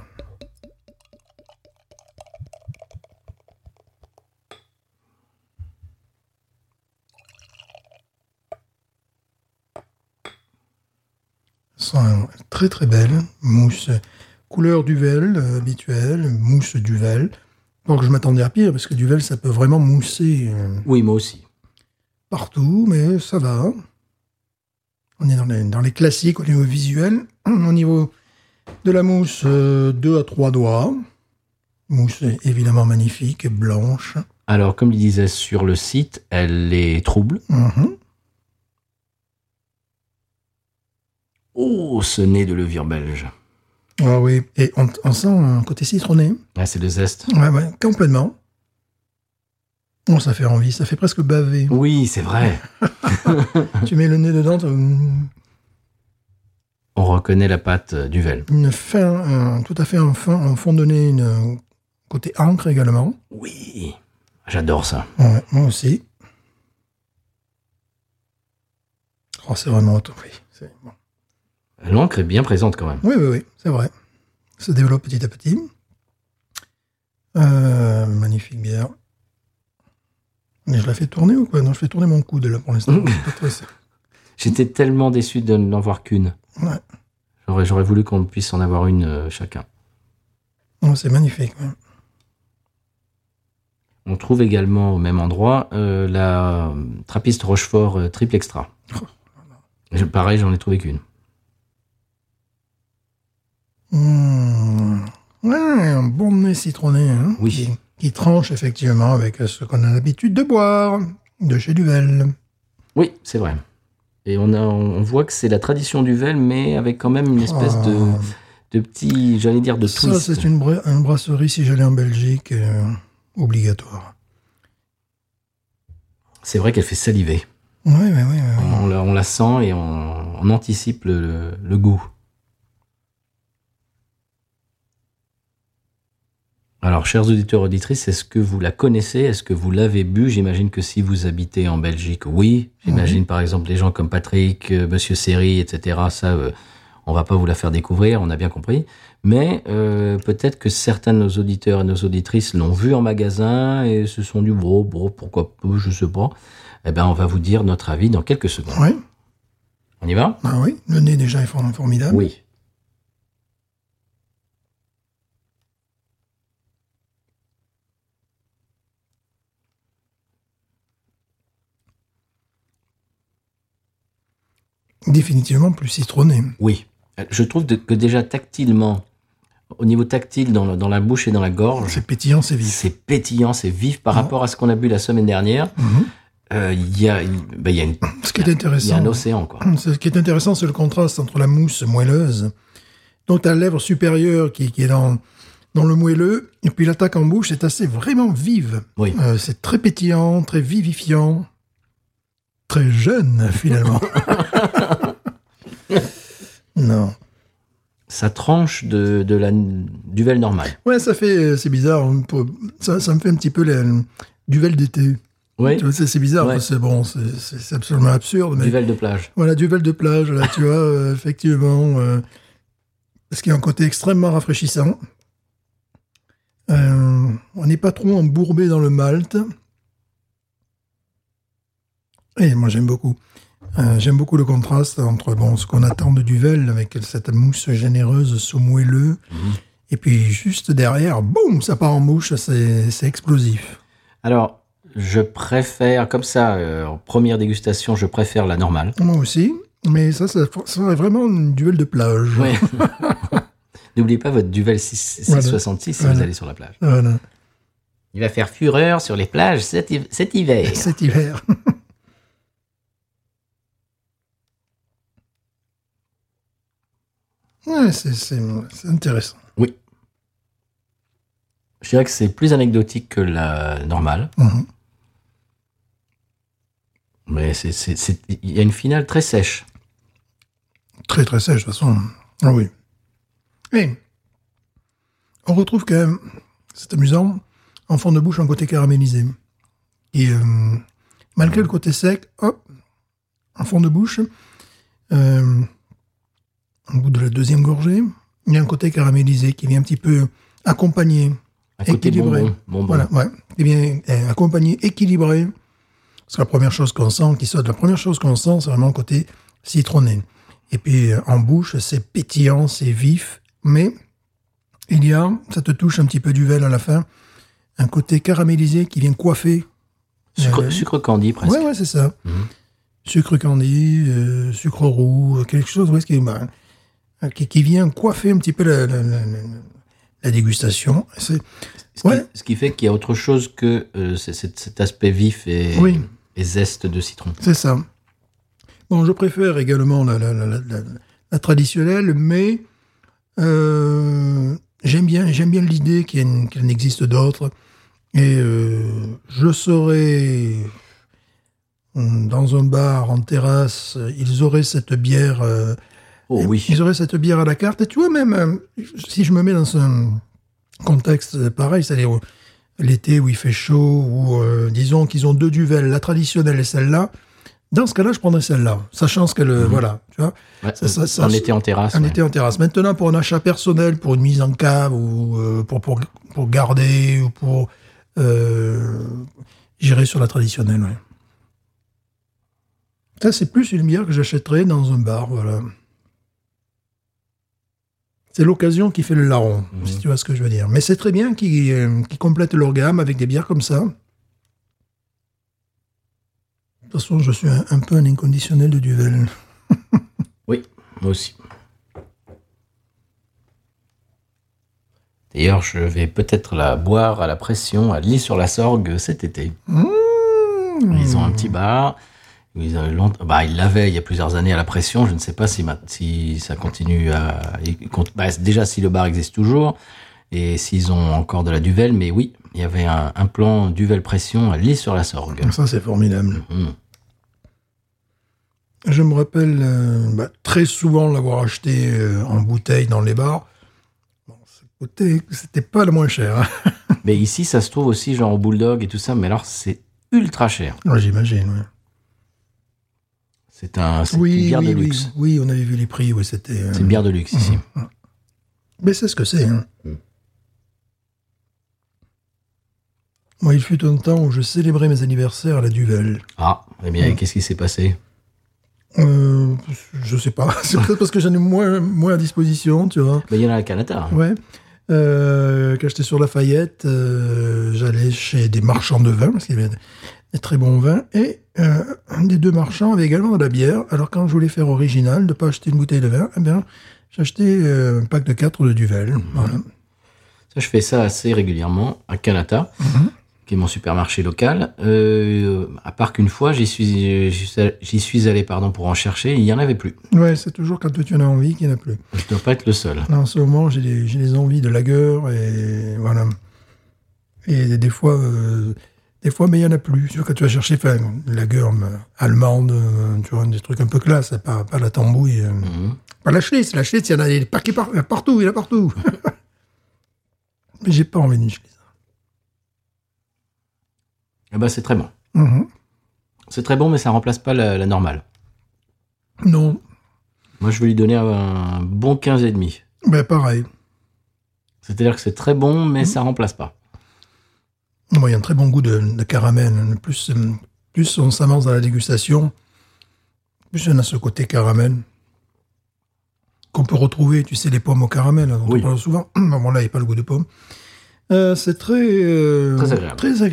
Speaker 2: Sent très très belle, mousse couleur duvel euh, habituelle, mousse duvel. Donc je m'attendais à pire parce que duvel ça peut vraiment mousser euh,
Speaker 1: Oui, moi aussi.
Speaker 2: partout, mais ça va. On est dans les, dans les classiques au niveau visuel. Au niveau de la mousse, 2 à 3 doigts. Mousse évidemment magnifique, blanche.
Speaker 1: Alors, comme il disait sur le site, elle est trouble.
Speaker 2: Mhm.
Speaker 1: Oh, ce nez de levure belge.
Speaker 2: Ah oui, et on, on sent un côté citronné.
Speaker 1: Ah, c'est le zeste.
Speaker 2: Ouais, ouais, complètement. Bon, ça fait envie, ça fait presque baver.
Speaker 1: Oui, c'est vrai.
Speaker 2: tu mets le nez dedans, t'as
Speaker 1: On reconnaît la pâte euh, du vel.
Speaker 2: une fin, un- tout à fait un, fin, un fond de nez, une côté encre également.
Speaker 1: Oui. J'adore ça.
Speaker 2: Ouais, moi aussi. Oh, c'est vraiment autre- oui, c'est- bon.
Speaker 1: L'encre est bien présente quand même.
Speaker 2: Oui, oui, oui, c'est vrai. Ça développe petit à petit. Euh, magnifique bière. Mais je la fais tourner ou quoi Non, je fais tourner mon coude là pour l'instant.
Speaker 1: Mm.
Speaker 2: J'ai pas trouvé ça.
Speaker 1: J'étais tellement déçu de n'en voir qu'une.
Speaker 2: Ouais.
Speaker 1: J'aurais, j'aurais voulu qu'on puisse en avoir une euh, chacun.
Speaker 2: Non, c'est magnifique. ouais.
Speaker 1: On trouve également au même endroit euh, la euh, Trappiste Rochefort euh, triple extra.
Speaker 2: Oh,
Speaker 1: Je- pareil, j'en ai trouvé qu'une.
Speaker 2: Mm. Ouais, un bon nez citronné. hein,
Speaker 1: Oui.
Speaker 2: Qui, qui tranche effectivement avec euh, ce qu'on a l'habitude de boire de chez Duvel.
Speaker 1: Oui, c'est vrai. Et on, a, on voit que c'est la tradition du vel, mais avec quand même une espèce de,
Speaker 2: Oh.
Speaker 1: de petit, j'allais dire, de
Speaker 2: Ça,
Speaker 1: twist.
Speaker 2: c'est une, bra- une brasserie, si j'allais en Belgique, euh, obligatoire.
Speaker 1: C'est vrai qu'elle fait saliver.
Speaker 2: Oui, oui, oui. oui, oui.
Speaker 1: On, la, on la sent et on, on anticipe le, le goût. Alors, chers auditeurs, auditrices, est-ce que vous la connaissez Est-ce que vous l'avez bu J'imagine que si vous habitez en Belgique, oui. J'imagine par exemple des gens comme Patrick, euh, Monsieur Seri, etc. Ça, euh, on va pas vous la faire découvrir, on a bien compris. Mais euh, peut-être que certains de nos auditeurs et nos auditrices l'ont vu en magasin et se sont dit, bro, bro, pourquoi pas, je sais pas. Eh ben, on va vous dire notre avis dans quelques secondes.
Speaker 2: Oui,
Speaker 1: On y va
Speaker 2: ah oui, le nez déjà est for- formidable.
Speaker 1: Oui.
Speaker 2: Définitivement plus citronné.
Speaker 1: Oui. Je trouve de- que déjà tactilement, au niveau tactile dans, le- dans la bouche et dans la gorge,
Speaker 2: C'est pétillant, c'est vif.
Speaker 1: c'est pétillant, c'est vif par
Speaker 2: Ouais.
Speaker 1: rapport à ce qu'on a bu la semaine dernière.
Speaker 2: Mhm.
Speaker 1: Euh, Il y, a, il- ben, il y, a une-
Speaker 2: Ce qui est
Speaker 1: il y a
Speaker 2: intéressant,
Speaker 1: un océan, quoi.
Speaker 2: ce qui est intéressant, c'est le contraste entre la mousse moelleuse, donc ta lèvre supérieure qui, qui est dans, dans le moelleux, et puis l'attaque en bouche est assez vraiment vive.
Speaker 1: Oui.
Speaker 2: Euh, c'est très pétillant, très vivifiant, très jeune finalement. non.
Speaker 1: Ça tranche de, de la duvel normale.
Speaker 2: Ouais, ça fait, euh, c'est bizarre. on peut- Ça, ça me fait un petit peu la- duvel d'été.
Speaker 1: Oui.
Speaker 2: Tu vois, C'est c'est bizarre,
Speaker 1: Ouais.
Speaker 2: parce que c'est bon, c'est- c'est c'est absolument absurde. Mais
Speaker 1: Duvel de plage.
Speaker 2: voilà, duvel de plage, là, tu vois, euh, effectivement, euh, parce qu'il y a un côté extrêmement rafraîchissant. Euh, on n'est pas trop embourbé dans le malt. Et moi, j'aime beaucoup. Euh, j'aime beaucoup le contraste entre bon, ce qu'on attend de duvel avec cette mousse généreuse, ce moelleux. Et puis juste derrière, boum, ça part en bouche, c'est c'est explosif.
Speaker 1: Alors, je préfère, comme ça, euh, en première dégustation, je préfère la normale.
Speaker 2: Moi aussi, mais ça, ça, ça est vraiment une duel de plage.
Speaker 1: Ouais. N'oubliez pas votre duvel 6-
Speaker 2: Voilà.
Speaker 1: 666 si vous
Speaker 2: Voilà.
Speaker 1: allez sur la plage.
Speaker 2: Voilà,
Speaker 1: Il va faire fureur sur les plages cet, hi- cet hiver.
Speaker 2: cet hiver. ouais, c'est- c'est c'est intéressant.
Speaker 1: Je dirais que c'est plus anecdotique que la normale,
Speaker 2: Mhm.
Speaker 1: mais c'est- c'est- c'est- il y a une finale très sèche.
Speaker 2: Très très sèche, de toute façon. Ah oui. Et on retrouve quand même, c'est amusant, en fond de bouche un côté caramélisé. Et euh, malgré le côté sec, hop, en fond de bouche, euh, au bout de la deuxième gorgée, il y a un côté caramélisé qui vient un petit peu accompagner
Speaker 1: Un côté
Speaker 2: Équilibré.
Speaker 1: bonbon. bonbon.
Speaker 2: voilà, ouais. Eh bien, euh, accompagné, équilibré. Parce que la première chose qu'on sent, qui saute, la première chose qu'on sent, c'est vraiment le côté citronné. Et puis, euh, en bouche, c'est pétillant, c'est vif, mais il y a, ça te touche un petit peu du vel à la fin, un côté caramélisé qui vient coiffer.
Speaker 1: Sucre,
Speaker 2: euh,
Speaker 1: sucre candy presque.
Speaker 2: Ouais, ouais, c'est ça.
Speaker 1: Mhm.
Speaker 2: Sucre candy, euh, sucre roux, euh, quelque chose ouais, ce qui, bah, euh, qui, qui vient coiffer un petit peu la, la- la- la- la dégustation. C'est
Speaker 1: Ce, qui,
Speaker 2: ouais.
Speaker 1: ce qui fait qu'il y a autre chose que euh, c'est- c'est- cet aspect vif et,
Speaker 2: Oui.
Speaker 1: et zeste de citron.
Speaker 2: C'est ça. Bon, je préfère également la, la, la, la- la- la traditionnelle, mais euh, j'aime bien, j'aime bien l'idée qu'il y a une- qu'il en existe d'autres. Et euh, je serais dans un bar, en terrasse, ils auraient cette bière. euh,
Speaker 1: Oh
Speaker 2: et
Speaker 1: oui.
Speaker 2: Ils auraient cette bière à la carte. Et tu vois, même euh, si je me mets dans un contexte pareil, c'est-à-dire euh, l'été où il fait chaud, ou disons qu'ils ont deux duvel, la traditionnelle et celle-là, dans ce cas-là, je prendrais celle-là, sachant ce qu'elle. euh, Voilà, tu vois.
Speaker 1: Ouais,
Speaker 2: ça- ça- ça-
Speaker 1: en été en terrasse.
Speaker 2: Un
Speaker 1: ouais.
Speaker 2: été en terrasse. Maintenant, pour un achat personnel, pour une mise en cave, ou euh, pour, pour, pour garder, ou pour. Euh, J'irai sur la traditionnelle, ouais. Ça, c'est plus une bière que j'achèterais dans un bar, voilà. C'est l'occasion qui fait le larron,
Speaker 1: Mhm.
Speaker 2: si tu vois ce que je veux dire. Mais c'est très bien qu'ils euh, qu'ils complètent leur gamme avec des bières comme ça. De toute façon, je suis un, un peu un inconditionnel de Duvel.
Speaker 1: Oui, moi aussi. D'ailleurs, je vais peut-être la boire à la pression à l'île sur la Sorgue cet été.
Speaker 2: Mmh.
Speaker 1: Ils ont un petit bar. Ils, ont longtemps- bah, ils l'avaient il y a plusieurs années à la pression. Je ne sais pas si, ma- si ça continue à. ils comptent- bah, déjà, si le bar existe toujours et s'ils ont encore de la Duvel. Mais oui, il y avait un, un plan Duvel-pression à l'île sur la Sorgue.
Speaker 2: Ça, c'est formidable.
Speaker 1: Mm.
Speaker 2: Je me rappelle euh, bah, très souvent l'avoir acheté euh, en bouteille dans les bars. Bon, ça coûtait- c'était pas le moins cher, hein.
Speaker 1: Mais ici, ça se trouve aussi, genre au Bulldog et tout ça. Mais alors, c'est ultra cher.
Speaker 2: Ouais, j'imagine. ouais.
Speaker 1: C'est un, c'est une
Speaker 2: Oui,
Speaker 1: bière
Speaker 2: oui,
Speaker 1: de
Speaker 2: oui,
Speaker 1: luxe.
Speaker 2: oui, on avait vu les prix, oui, c'était. euh,
Speaker 1: C'est une bière de luxe ici.
Speaker 2: Mais c'est ce que c'est. hein.
Speaker 1: Mhm.
Speaker 2: Moi, il fut un temps où je célébrais mes anniversaires à la Duvel.
Speaker 1: Ah, eh bien,
Speaker 2: Mm.
Speaker 1: qu'est-ce qui s'est passé
Speaker 2: Euh, je sais pas, c'est peut-être parce que j'en ai moins, moins à disposition, tu vois.
Speaker 1: Ben, Il y en a à Canada.
Speaker 2: Ouais. Euh, quand j'étais sur Lafayette, euh, j'allais chez des marchands de vin, parce qu'il y avait des très bons vins. Et euh, un des deux marchands avait également de la bière. Alors quand je voulais faire original, de pas acheter une bouteille de vin, eh bien, j'achetais euh, un pack de 4 de Duvel. Voilà.
Speaker 1: Ça, je fais ça assez régulièrement à Canada,
Speaker 2: Mm-hmm.
Speaker 1: qui est mon supermarché local. Euh, à part qu'une fois, j'y suis, j'y suis- j'y suis allé pardon, pour en chercher, il n'y en avait plus.
Speaker 2: Ouais, c'est toujours quand tu en as envie qu'il n'y en a plus.
Speaker 1: Je ne dois pas être le seul.
Speaker 2: Là, en ce moment, j'ai des, j'ai des envies de lagueur et voilà. Et des, des fois, euh, des fois, mais il n'y en a plus. Tu vois, quand tu vas chercher, enfin, lagueur euh, allemande, euh, tu vois, des trucs un peu classe, pas, pas la tambouille. euh.
Speaker 1: Mhm.
Speaker 2: Pas la Schlitz, la Schlitz, il y en a des paquets par- partout, il y en a partout. mais j'ai pas envie d'une Schlitz.
Speaker 1: Eh ben, c'est très bon.
Speaker 2: Mhm.
Speaker 1: C'est très bon, mais ça ne remplace pas la, la normale.
Speaker 2: Non,
Speaker 1: Moi, je vais lui donner un bon 15,5.
Speaker 2: ben pareil.
Speaker 1: C'est-à-dire que c'est très bon, mais
Speaker 2: Mm-hmm.
Speaker 1: ça ne remplace pas.
Speaker 2: Bon, il y a un très bon goût de, de caramel. hein. Plus, euh, plus on s'avance dans la dégustation, plus on a ce côté caramel qu'on peut retrouver, tu sais, les pommes au caramel, hein, dont
Speaker 1: Oui.
Speaker 2: on parle souvent. Bon, bon, là, il n'y a pas le goût de pomme. Euh, c'est très, euh,
Speaker 1: Très agréable.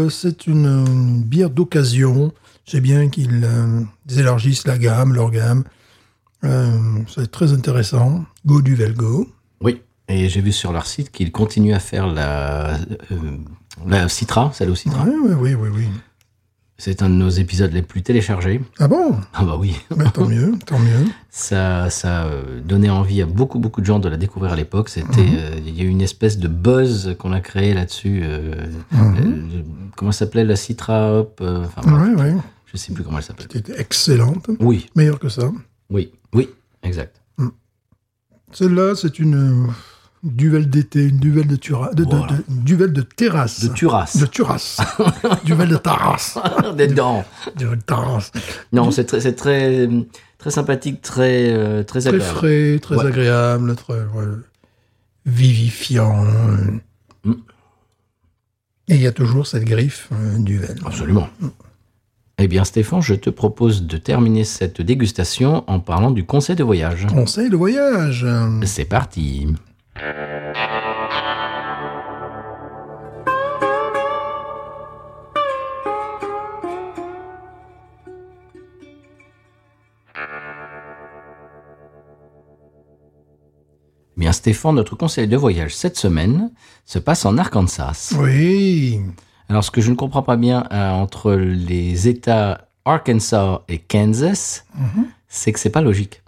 Speaker 2: agréable. C'est une, une bière d'occasion. C'est bien qu'ils euh, ils élargissent la gamme, leur gamme. Euh, c'est très intéressant. Go du Velgo.
Speaker 1: Oui. Et j'ai vu sur leur site qu'ils continuent à faire la, euh, la Citra, celle au Citra.
Speaker 2: Oui, oui, oui, oui, oui.
Speaker 1: C'est un de nos épisodes les plus téléchargés.
Speaker 2: Ah bon
Speaker 1: Ah bah oui.
Speaker 2: Ben, Tant mieux, tant mieux.
Speaker 1: ça, ça euh, donnait envie à beaucoup, beaucoup de gens de la découvrir à l'époque. C'était,
Speaker 2: Mhm.
Speaker 1: euh, il y a eu une espèce de buzz qu'on a créé là-dessus. euh,
Speaker 2: Mhm.
Speaker 1: euh, comment ça s'appelait la Citra Hop euh, Enfin, bref,
Speaker 2: Ouais, ouais.
Speaker 1: je sais plus comment elle s'appelle.
Speaker 2: qui était excellente,
Speaker 1: Oui,
Speaker 2: meilleure que ça.
Speaker 1: oui, oui, exact.
Speaker 2: Celle-là, c'est une euh, duvel d'été, une duvel de, tura- de, de-
Speaker 1: Voilà.
Speaker 2: de- une duvel de terrasse.
Speaker 1: De Turas.
Speaker 2: De Turas. duvel de terrasse.
Speaker 1: Dedans.
Speaker 2: Duvel de terrasse.
Speaker 1: Non, c'est très, c'est très, euh, très sympathique, très, euh, très,
Speaker 2: Très
Speaker 1: agréable.
Speaker 2: frais, très
Speaker 1: Ouais.
Speaker 2: agréable, très ouais, vivifiant. euh.
Speaker 1: Mm.
Speaker 2: Et il y a toujours cette griffe euh, duvel.
Speaker 1: Absolument. Eh bien, Stéphane, je te propose de terminer cette dégustation en parlant du conseil de voyage.
Speaker 2: Conseil de voyage.
Speaker 1: C'est parti. Eh Bien Stéphane, notre conseil de voyage cette semaine se passe en Arkansas.
Speaker 2: Oui.
Speaker 1: Alors ce que je ne comprends pas bien euh, entre
Speaker 2: Mhm.
Speaker 1: les États Arkansas et Kansas, c'est que c'est pas logique.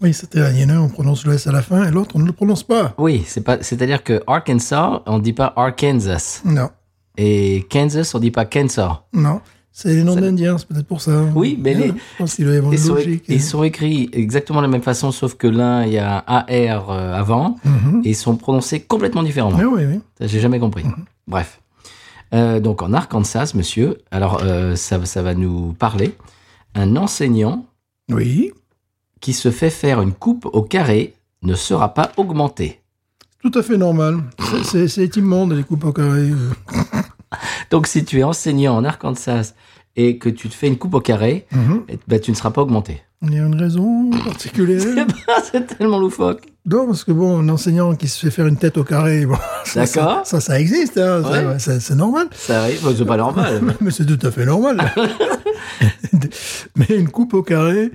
Speaker 2: Oui, c'était la hyena, on prononce le S à la fin et l'autre, on ne le prononce pas.
Speaker 1: Oui, c'est pas, c'est-à-dire que Arkansas, on dit pas Arkansas.
Speaker 2: Non,
Speaker 1: Et Kansas, on dit pas Kansas.
Speaker 2: non. C'est les noms
Speaker 1: Ça-
Speaker 2: d'Indiens, c'est peut-être pour ça.
Speaker 1: Oui, mais les-
Speaker 2: Je pense qu'il doit y avoir
Speaker 1: Ils
Speaker 2: une
Speaker 1: sont,
Speaker 2: Oh, logique. hein.
Speaker 1: ils sont écrits exactement de la même façon, sauf que l'un, il y a un AR euh, avant,
Speaker 2: Mhm.
Speaker 1: et ils sont prononcés complètement différemment.
Speaker 2: Oui, Mhm. oui, oui.
Speaker 1: Ça, J'ai jamais compris. Bref. Euh, donc en Arkansas, monsieur, alors euh, ça, ça va nous parler, un enseignant
Speaker 2: Oui,
Speaker 1: qui se fait faire une coupe au carré ne sera pas augmenté.
Speaker 2: tout à fait normal. C'est- C'est c'est immonde, les coupes au carré.
Speaker 1: Donc si tu es enseignant en Arkansas et que tu te fais une coupe au carré,
Speaker 2: Mhm.
Speaker 1: eh ben, tu ne seras pas augmenté.
Speaker 2: Il y a une raison particulière.
Speaker 1: C'est tellement loufoque.
Speaker 2: Non, parce que bon, un enseignant qui se fait faire une tête au carré, bon, ça, ça,
Speaker 1: D'accord.
Speaker 2: ça, ça existe, hein, ça,
Speaker 1: Ouais.
Speaker 2: ouais, c'est c'est normal.
Speaker 1: Ça arrive, c'est pas normal.
Speaker 2: Mais c'est tout à fait normal. Mais une coupe au carré,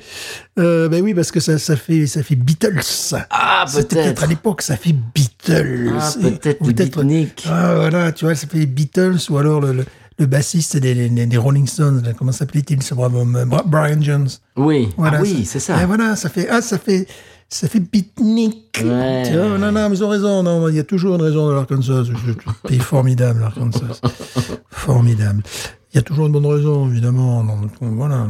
Speaker 2: euh, ben oui, parce que ça, ça fait, ça fait Beatles.
Speaker 1: Ah
Speaker 2: C'était peut-être
Speaker 1: peut-être.
Speaker 2: à l'époque, ça fait Beatles.
Speaker 1: Ah,
Speaker 2: Et-
Speaker 1: peut-être
Speaker 2: ou
Speaker 1: du beatnik.
Speaker 2: Ah, voilà, tu vois, ça fait Beatles, ou alors le, le, le bassiste des, des, des Rolling Stones, là, comment s'appelait-il ce brave homme Bra- Brian Jones.
Speaker 1: Oui,
Speaker 2: Voilà,
Speaker 1: ah, oui, c'est ça.
Speaker 2: Et voilà, ça fait ah, ça fait ça fait beatnik.
Speaker 1: Ouais.
Speaker 2: Tu vois, non, non, mais ils ont raison. Non, il y a toujours une raison de l'Arkansas. C'est un pays formidable, l'Arkansas. formidable. Il y a toujours une bonne raison, évidemment. Donc, voilà.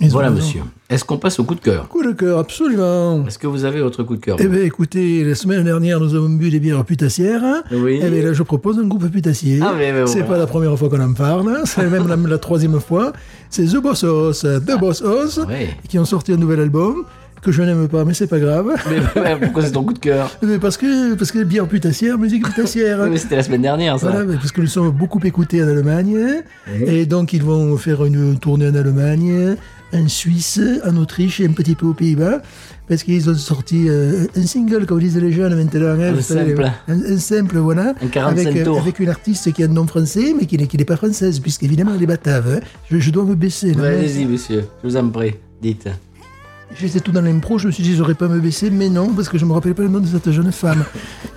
Speaker 2: Ils ont
Speaker 1: Voilà,
Speaker 2: raison.
Speaker 1: monsieur. Est-ce qu'on passe au coup de cœur
Speaker 2: Coup de cœur, absolument.
Speaker 1: Est-ce que vous avez votre coup de cœur
Speaker 2: Eh bien, écoutez, la semaine dernière, nous avons bu des bières putassières.
Speaker 1: Oui.
Speaker 2: Eh bien, là, je propose un groupe putassier.
Speaker 1: Ah, mais- mais
Speaker 2: c'est
Speaker 1: bon.
Speaker 2: pas la première fois qu'on en parle, hein. c'est même la, la troisième fois. C'est The Boss Hoss, The Boss Hoss,
Speaker 1: Ah. Ouais.
Speaker 2: qui ont sorti un nouvel album que je n'aime pas, mais c'est pas grave.
Speaker 1: Mais, mais Eh ben, pourquoi c'est ton coup de cœur
Speaker 2: Mais parce que, parce que bière putassière, musique putassière.
Speaker 1: Oui, Mais c'était la semaine dernière, ça.
Speaker 2: Voilà, mais parce que nous sommes beaucoup écoutés en Allemagne, et donc ils vont faire une tournée en Allemagne, en Suisse, en Autriche et un petit peu aux Pays-Bas, parce qu'ils ont sorti euh, un single, comme disent les jeunes maintenant. hein,
Speaker 1: Un
Speaker 2: vous savez,
Speaker 1: simple.
Speaker 2: un, un simple, voilà.
Speaker 1: Un 45
Speaker 2: avec, euh,
Speaker 1: tours.
Speaker 2: avec une artiste qui a un nom français, mais qui n'est qui n'est pas française, puisqu'évidemment elle est batave. hein. Je, je dois me baisser. là,
Speaker 1: Ouais,
Speaker 2: mais-
Speaker 1: Allez-y, monsieur. Je vous en prie. Dites.
Speaker 2: J'étais tout dans l'impro, je me suis dit j'aurais pas me baisser, mais non, parce que je me rappelais pas le nom de cette jeune femme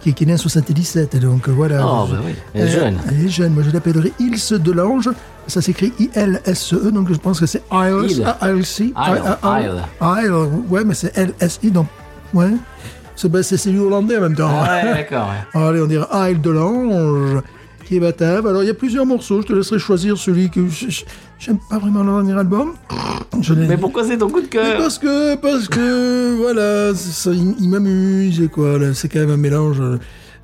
Speaker 2: qui, qui est née en 77, donc euh, voilà.
Speaker 1: Oh,
Speaker 2: Je-
Speaker 1: bah oui. Elle est
Speaker 2: Euh,
Speaker 1: jeune.
Speaker 2: Elle est jeune, moi je l'appellerai Ilse Delange, ça s'écrit I-L-S-E, E, donc je pense que c'est Ilse,
Speaker 1: Il.
Speaker 2: I-L-C,
Speaker 1: Isle,
Speaker 2: Isle, ouais, mais c'est L-S-I, donc, ouais, c'est bah, c'est- c'est du hollandais en même temps.
Speaker 1: Ouais, d'accord. ouais.
Speaker 2: Allez, on dirait Isle de l'Ange, qui est batave. Alors, il y a plusieurs morceaux, je te laisserai choisir celui que je- je- j'aime pas vraiment leur dernier album. Je l'ai-
Speaker 1: Mais pourquoi c'est ton coup de
Speaker 2: Mais
Speaker 1: cœur
Speaker 2: parce que, parce que, voilà, c'est ça, il, il m'amuse, quoi. là, C'est quand même un mélange euh,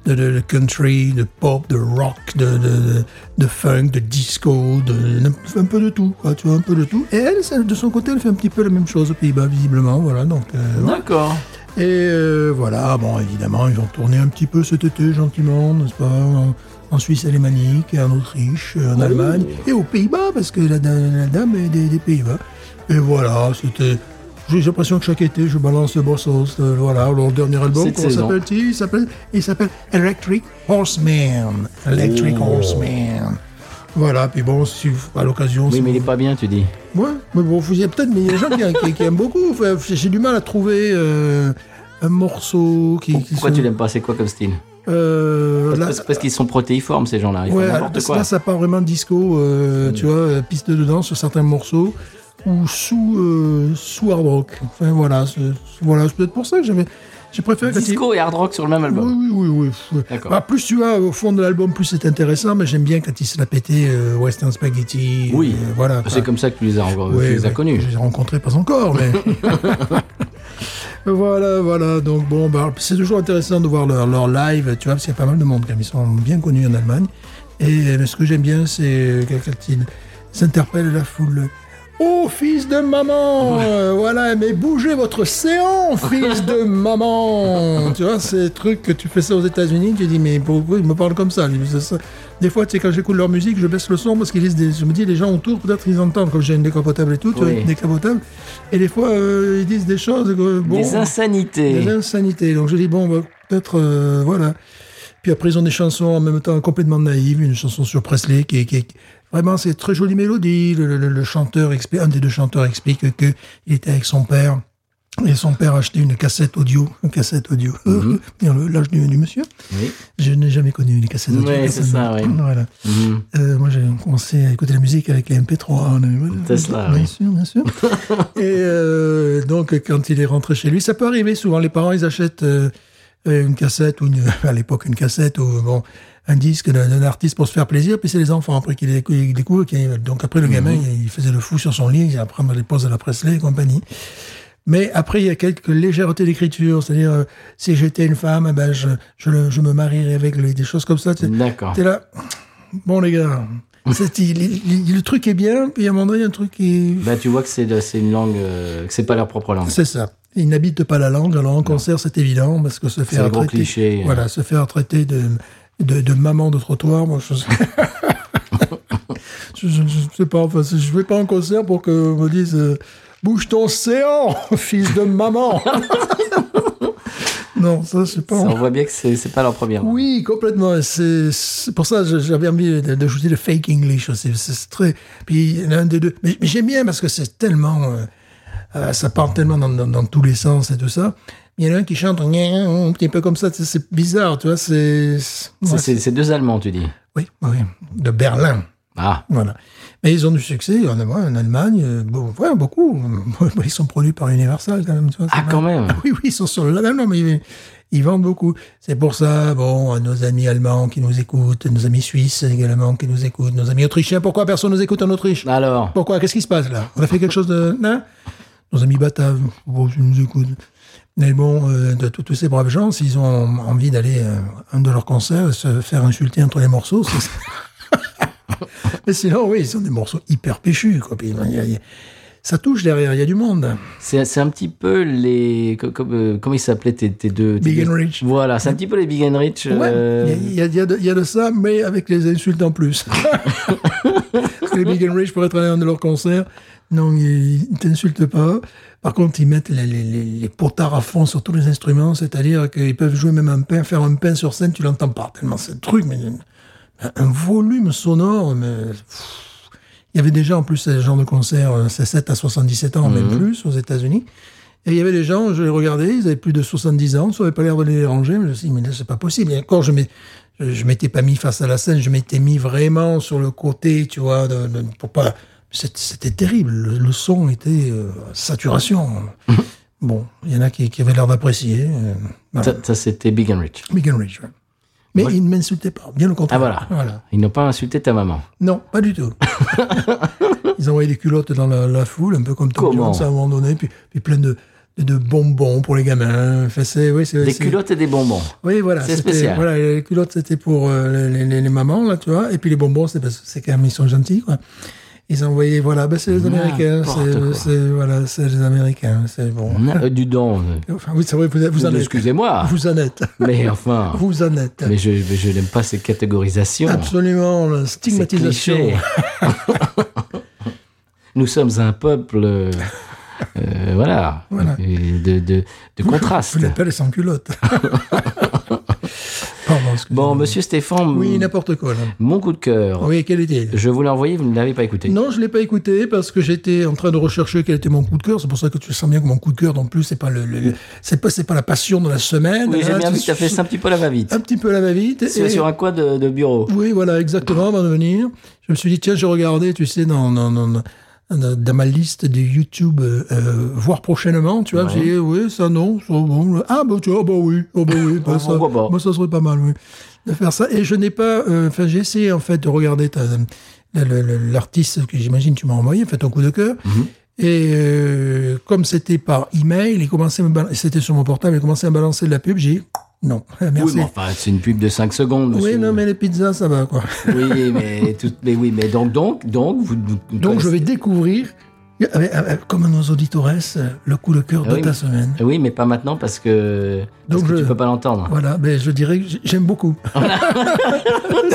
Speaker 2: de, de- de country, de pop, de rock, de, de, de- de funk, de disco, de, un peu de tout, quoi, tu vois, un peu de tout. Et elle, ça, de son côté, elle fait un petit peu la même chose aux Pays-Bas, visiblement, voilà, donc... euh, voilà.
Speaker 1: D'accord.
Speaker 2: Et euh, voilà, bon, évidemment, ils ont tourné un petit peu cet été, gentiment, n'est-ce pas en, en Suisse alémanique, en Autriche, euh,
Speaker 1: Oh.
Speaker 2: en Allemagne, et aux Pays-Bas, parce que la, dame- la dame est des, des Pays-Bas. Et voilà, c'était... J'ai l'impression que chaque été, je balance le Borsos. voilà, leur dernier album,
Speaker 1: Cette
Speaker 2: comment
Speaker 1: saison.
Speaker 2: s'appelle-t-il Il s'appelle- Il s'appelle Electric Horseman. Electric
Speaker 1: Oh.
Speaker 2: Horseman. Voilà, puis bon, si vous- à l'occasion...
Speaker 1: Oui,
Speaker 2: si
Speaker 1: mais il
Speaker 2: vous-
Speaker 1: est pas bien, tu dis.
Speaker 2: Ouais, mais bon, vous y êtes peut-être, mais il y a des gens qui, qui- qui aiment beaucoup. Enfin, J'ai j'ai du mal à trouver euh, un morceau qui. qui
Speaker 1: Pourquoi
Speaker 2: se-
Speaker 1: tu l'aimes pas C'est quoi comme style
Speaker 2: Euh,
Speaker 1: Parce,
Speaker 2: là-
Speaker 1: parce- parce qu'ils sont protéiformes, ces gens-là. Ils font
Speaker 2: ouais, parce
Speaker 1: n'importe
Speaker 2: que
Speaker 1: quoi. Hmm.
Speaker 2: là, ça part vraiment disco, euh, tu vois, euh, piste de danse sur certains morceaux ou sous, euh, sous hard rock. Enfin, voilà, c'est voilà, c'est peut-être pour ça que j'avais. J'ai préféré quand il-
Speaker 1: Disco et hard rock sur le même
Speaker 2: Oui,
Speaker 1: album.
Speaker 2: oui, oui. oui. oui.
Speaker 1: D'accord.
Speaker 2: Bah, plus tu vas au fond de l'album, plus c'est intéressant, mais j'aime bien quand il se l'a pété euh, Western Spaghetti.
Speaker 1: Oui.
Speaker 2: euh, voilà. quoi.
Speaker 1: C'est comme ça que tu les as, encore- tu
Speaker 2: Ouais,
Speaker 1: les as
Speaker 2: ouais,
Speaker 1: connus.
Speaker 2: Je les ai rencontrés pas encore, mais. voilà, voilà. Donc, bon, bah, c'est toujours intéressant de voir leur, leur live, tu vois, parce qu'il y a pas mal de monde quand même. Ils sont bien connus en Allemagne. Et euh, ce que j'aime bien, c'est quand quand ils s'interpellent la foule. Oh, fils de maman euh, Voilà, mais bougez votre séant, fils de maman Tu vois, ces trucs que tu fais ça aux États-Unis, tu dis, mais pourquoi ils me parlent comme ça, C'est ça. Des fois, tu sais, quand j'écoute leur musique, je baisse le son parce qu'ils lisent des. Je me dis, les gens autour, peut-être ils entendent, comme j'ai une décapotable et tout, tu vois,
Speaker 1: Oui.
Speaker 2: une décapotable. Et des fois, euh, ils disent des choses. que, bon,
Speaker 1: Des insanités.
Speaker 2: des insanités. Donc je dis, bon, bah, peut-être, euh, voilà. Puis après, ils ont des chansons en même temps complètement naïves, une chanson sur Presley qui est. qui est- Vraiment, c'est très jolie mélodie. Le, le- le chanteur explique, un des deux chanteurs explique que il était avec son père Et son père a acheté une cassette audio, une cassette audio,
Speaker 1: Mhm.
Speaker 2: Dans le- l'âge du, du monsieur.
Speaker 1: Oui.
Speaker 2: Je n'ai jamais connu une cassette audio.
Speaker 1: Ouais, c'est ça, ouais.
Speaker 2: personnellement. Voilà.
Speaker 1: Mhm.
Speaker 2: Euh, moi, j'ai commencé à écouter la musique avec les MP3. hein, On avait- voilà.
Speaker 1: Tesla,
Speaker 2: Bien
Speaker 1: oui.
Speaker 2: sûr, bien sûr. Et euh, donc, quand il est rentré chez lui, ça peut arriver souvent. Les parents, ils achètent euh, une cassette, ou une- à l'époque, une cassette, ou bon, un disque d'un d'un artiste pour se faire plaisir. Puis c'est les enfants après qui les qui les découvrent. qui- donc, après,
Speaker 1: Mhm.
Speaker 2: le gamin, il, il faisait le fou sur son lit. Après, on les pose à la Presley et compagnie. Mais après, il y a quelques légèretés d'écriture. C'est-à-dire, euh, si j'étais une femme, eh ben, je, je, le- je me marierais avec lui. Des choses comme ça. tu sais.
Speaker 1: D'accord.
Speaker 2: T'es là. Bon, les gars. c'est- il- il- il- le truc est bien, puis à un moment donné, il y a un truc qui.
Speaker 1: Bah, tu vois que c'est de- c'est une langue, euh, que c'est pas leur propre langue.
Speaker 2: C'est ça. Ils n'habitent pas la langue. Alors, en concert, c'est évident, parce que se
Speaker 1: C'est
Speaker 2: faire
Speaker 1: un gros
Speaker 2: traiter.
Speaker 1: cliché. euh.
Speaker 2: Voilà, se faire traiter de, de, de maman de trottoir, moi, je sais. je, je- je sais pas. Enfin, je vais pas en concert pour qu'on me dise euh, Bouge ton séant, fils de maman. non, ça, c'est pas.
Speaker 1: Ça, on voit bien que c'est c'est pas leur première langue.
Speaker 2: Oui, complètement. C'est c'est pour ça que j'avais envie de- d'ajouter le fake English aussi. C'est très. Puis l'un des deux. Mais, mais j'aime bien parce que c'est tellement. euh, euh, ça part tellement dans, dans- dans tous les sens et tout ça. Il y en a un qui chante un petit peu comme ça. C'est- C'est bizarre, tu vois. C'est.
Speaker 1: C'est-
Speaker 2: ouais,
Speaker 1: C'est c'est deux Allemands, tu dis.
Speaker 2: Oui, oui. De Berlin.
Speaker 1: Ah,
Speaker 2: Voilà. Mais ils ont du succès en, ouais, en Allemagne. euh, Bon, ouais, beaucoup. Ils sont produits par Universal quand même. Tu vois,
Speaker 1: ah
Speaker 2: c'est
Speaker 1: quand même.
Speaker 2: oui, oui, ils sont sur le label, non, mais ils, ils vendent beaucoup. C'est pour ça, bon, à nos amis allemands qui nous écoutent, nos amis suisses également qui nous écoutent, nos amis autrichiens, pourquoi personne nous écoute en Autriche
Speaker 1: Alors,
Speaker 2: Pourquoi Qu'est-ce qui se passe là On a fait quelque chose de... Non nos amis bataves, bon, ils nous écoutent. Mais bon, euh, de tous tous ces braves gens, s'ils ont envie d'aller euh, à un de leurs concerts et se faire insulter entre les morceaux, c'est... Mais sinon, oui, ils ont des morceaux hyper péchus. Quoi. Puis, il y a- il y a- Ça touche derrière, il y a du monde.
Speaker 1: c'est c'est un petit peu les co- comme, euh, comment ils s'appelaient tes, tes deux. tes
Speaker 2: Big
Speaker 1: deux-
Speaker 2: and Rich.
Speaker 1: Voilà, c'est un petit peu les Big and Rich. euh,
Speaker 2: Ouais, il y, a- il y a de- il y a de ça, mais avec les insultes en plus. Parce que les Big and Rich, pour être allé à un de leurs concerts, non, ils ne t'insultent pas. Par contre, ils mettent les, les- les- les potards à fond sur tous les instruments, c'est-à-dire qu'ils peuvent jouer même un pain, faire un pain sur scène, tu l'entends pas tellement, c'est le truc, mais un- un volume sonore, mais... pff, Il y avait déjà en plus ce genre de concert, euh, c'est 7 à 77 ans,
Speaker 1: Mhm.
Speaker 2: même plus, aux États-Unis. Et il y avait des gens, je les regardais, ils avaient plus de 70 ans, ça n'avait pas l'air de les déranger. Mais je me suis dit, mais là, c'est pas possible. Et encore, je m'ai- je je m'étais pas mis face à la scène, je m'étais mis vraiment sur le côté, tu vois, de, de- pour pas. c'est- C'était terrible. Le, le son était euh, saturation. bon, il y en a qui, qui avaient l'air d'apprécier. euh, voilà.
Speaker 1: Ça, ça, c'était Big and Rich.
Speaker 2: Big and Rich, ouais. Mais
Speaker 1: Moi-
Speaker 2: ils ne m'insultaient pas, bien le contraire.
Speaker 1: Ah voilà.
Speaker 2: voilà.
Speaker 1: Ils n'ont pas insulté ta maman.
Speaker 2: Non, pas du tout. Ils envoyaient des culottes dans la, la foule, un peu comme Tom
Speaker 1: Comment
Speaker 2: Jones à un moment donné, puis, puis plein de, de, de bonbons pour les gamins. Enfin, c'est, oui, c'est,
Speaker 1: Des
Speaker 2: c'est-
Speaker 1: culottes et des bonbons.
Speaker 2: Oui, voilà.
Speaker 1: c'est
Speaker 2: c'était-
Speaker 1: spécial.
Speaker 2: Voilà, les culottes, c'était pour euh, les, les- les mamans, là, tu vois. Et puis les bonbons, c'est parce que c'est quand même, ils sont gentils, quoi. Ils envoyaient, voilà, ben, c'est les Américains.
Speaker 1: N'importe
Speaker 2: C'est,
Speaker 1: quoi.
Speaker 2: c'est- voilà, c'est les Américains. C'est bon.
Speaker 1: Euh, du don. euh,
Speaker 2: Enfin, oui, c'est vrai, vous, Hein vous en êtes.
Speaker 1: Excusez-moi.
Speaker 2: Vous en êtes.
Speaker 1: Mais enfin.
Speaker 2: Vous en êtes.
Speaker 1: Mais je, mais je n'aime pas ces catégorisations.
Speaker 2: Absolument, la
Speaker 1: C'est
Speaker 2: stigmatisation.
Speaker 1: cliché. Nous sommes un peuple, euh, euh, voilà,
Speaker 2: Voilà.
Speaker 1: et de, de, de contraste.
Speaker 2: Je l'appelle sans culotte. Pardon, excusez-moi.
Speaker 1: Bon, monsieur Stéphane,
Speaker 2: Oui, n'importe quoi, là.
Speaker 1: mon coup de cœur,
Speaker 2: Oui, quel était-il
Speaker 1: je vous l'ai envoyé, vous ne l'avez pas écouté.
Speaker 2: Non, je l'ai pas écouté parce que j'étais en train de rechercher quel était mon coup de cœur. C'est pour ça que tu sens bien que mon coup de cœur, non plus, c'est pas le, le- le- c'est pas, c'est pas la passion de la semaine.
Speaker 1: Oui, j'ai
Speaker 2: Hein,
Speaker 1: bien
Speaker 2: tu-
Speaker 1: vu que tu as fait ça un petit peu la va-vite.
Speaker 2: Un petit peu à la va-vite.
Speaker 1: Sur,
Speaker 2: et-
Speaker 1: sur un coin de, de bureau.
Speaker 2: Oui, voilà, exactement, avant de venir. Je me suis dit, tiens, je regardais, tu sais, dans, dans, dans, dans- dans ma liste de YouTube, euh, euh, voir prochainement, tu vois,
Speaker 1: Ouais.
Speaker 2: j'ai dit, oui, ça non, ça bon. Ah, bah, tu vois, bah oui, oh, bah oui, bah,
Speaker 1: On
Speaker 2: ça,
Speaker 1: voit pas.
Speaker 2: bah, ça serait pas mal, oui, de faire ça. Et je n'ai pas, euh, enfin, j'ai essayé, en fait, de regarder ta- le- le- le- l'artiste que j'imagine tu m'as envoyé, fait ton coup de cœur.
Speaker 1: Mhm.
Speaker 2: Et euh, comme c'était par email, il commençait à me balan- c'était sur mon portable, il commençait à me balancer de la pub, j'ai dit, non,
Speaker 1: Oui,
Speaker 2: merci.
Speaker 1: mais enfin, c'est une pub de 5 secondes,
Speaker 2: oui,
Speaker 1: monsieur.
Speaker 2: non, mais les pizzas, ça va, quoi.
Speaker 1: Oui, mais, tout, mais oui, mais donc, donc, donc, vous, vous- vous
Speaker 2: Donc je
Speaker 1: connaissez-
Speaker 2: vais découvrir, euh, euh, comme nos auditores, euh, le coup de cœur
Speaker 1: Ah
Speaker 2: de
Speaker 1: oui,
Speaker 2: ta
Speaker 1: mais-
Speaker 2: semaine.
Speaker 1: Oui, mais pas maintenant parce que, parce
Speaker 2: Donc
Speaker 1: que
Speaker 2: je-
Speaker 1: tu peux pas l'entendre.
Speaker 2: Voilà, ben je dirais que j- j'aime beaucoup.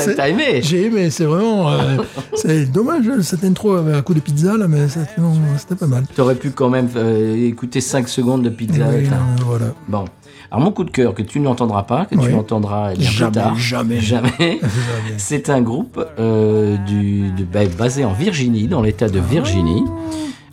Speaker 1: T'as- T'as aimé
Speaker 2: J'ai aimé, c'est vraiment... euh, c'est dommage, hein, cette intro avait un coup de pizza, là, mais ça- non, c'était pas mal.
Speaker 1: T'aurais pu quand même euh, écouter 5 secondes de pizza.
Speaker 2: Oui,
Speaker 1: Hut, hein.
Speaker 2: non, euh, voilà.
Speaker 1: Bon. Alors, mon coup de cœur, que tu n'entendras pas, que
Speaker 2: Oui.
Speaker 1: tu entendras eh bien
Speaker 2: Jamais,
Speaker 1: plus tard.
Speaker 2: jamais.
Speaker 1: Jamais. C'est un groupe euh, du, de- bah, basé en Virginie, dans l'état de Virginie.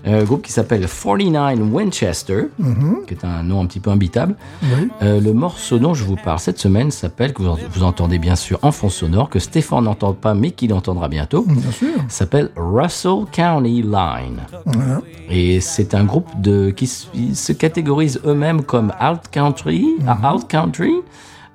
Speaker 1: euh, groupe qui s'appelle 49 Winchester,
Speaker 2: Mm-hmm.
Speaker 1: qui est un nom un petit peu imbitable.
Speaker 2: Oui.
Speaker 1: Euh, le morceau dont je vous parle cette semaine s'appelle, que vous, en- vous entendez bien sûr en fond sonore, que Stéphane n'entend pas mais qu'il entendra bientôt,
Speaker 2: Bien sûr.
Speaker 1: s'appelle Russell County Line.
Speaker 2: Voilà.
Speaker 1: Et c'est un groupe de, qui s- ils se catégorisent eux-mêmes comme alt country, ah, alt country,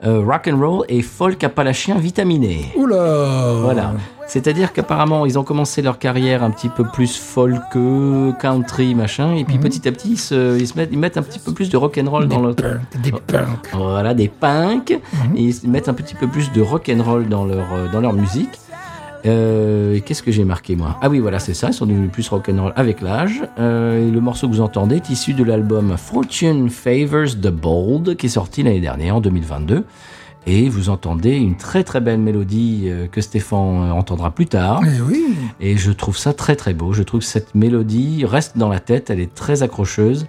Speaker 1: euh, rock and roll et folk appalachien vitaminé.
Speaker 2: Oula
Speaker 1: Voilà. C'est-à-dire qu'apparemment, ils ont commencé leur carrière un petit peu plus folk, euh, country, machin, et puis petit à petit, ils, se, ils, se mettent, ils mettent un petit peu plus de rock'n'roll dans leur...
Speaker 2: Punk, des punks.
Speaker 1: Voilà, des punks, et ils se mettent un petit peu plus de rock'n'roll dans leur, euh, dans leur musique. Euh, Qu'est-ce que j'ai marqué, moi Ah oui, voilà, c'est ça, ils sont devenus plus rock'n'roll avec l'âge. Euh, et le morceau que vous entendez est issu de l'album Fortune Favors the Bold, qui est sorti l'année dernière, en 2022. Et vous entendez une très très belle mélodie euh, que Stéphane euh, entendra plus tard.
Speaker 2: Eh oui.
Speaker 1: Et je trouve ça très très beau. Je trouve que cette mélodie reste dans la tête, elle est très accrocheuse.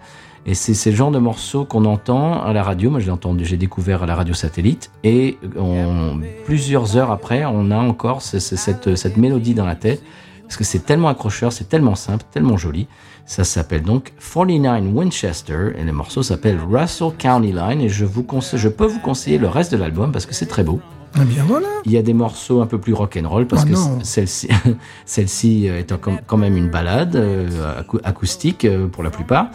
Speaker 1: Et c'est c'est le genre de morceau qu'on entend à la radio. Moi, je l'ai entendu, j'ai découvert à la radio satellite. Et on- plusieurs heures après, on a encore ce- ce- cette, cette mélodie dans la tête. Parce que c'est tellement accrocheur, c'est tellement simple, tellement joli. Ça s'appelle donc 49 Winchester. Et le morceau s'appelle Russell County Line. Et je, vous conseille, je peux vous conseiller le reste de l'album parce que c'est très beau.
Speaker 2: Eh bien voilà.
Speaker 1: Il y a des morceaux un peu plus rock'n'roll parce
Speaker 2: Ah
Speaker 1: que
Speaker 2: non.
Speaker 1: c- celle-ci celle-ci euh, est en- quand même une balade euh, acou- acoustique euh, pour la plupart.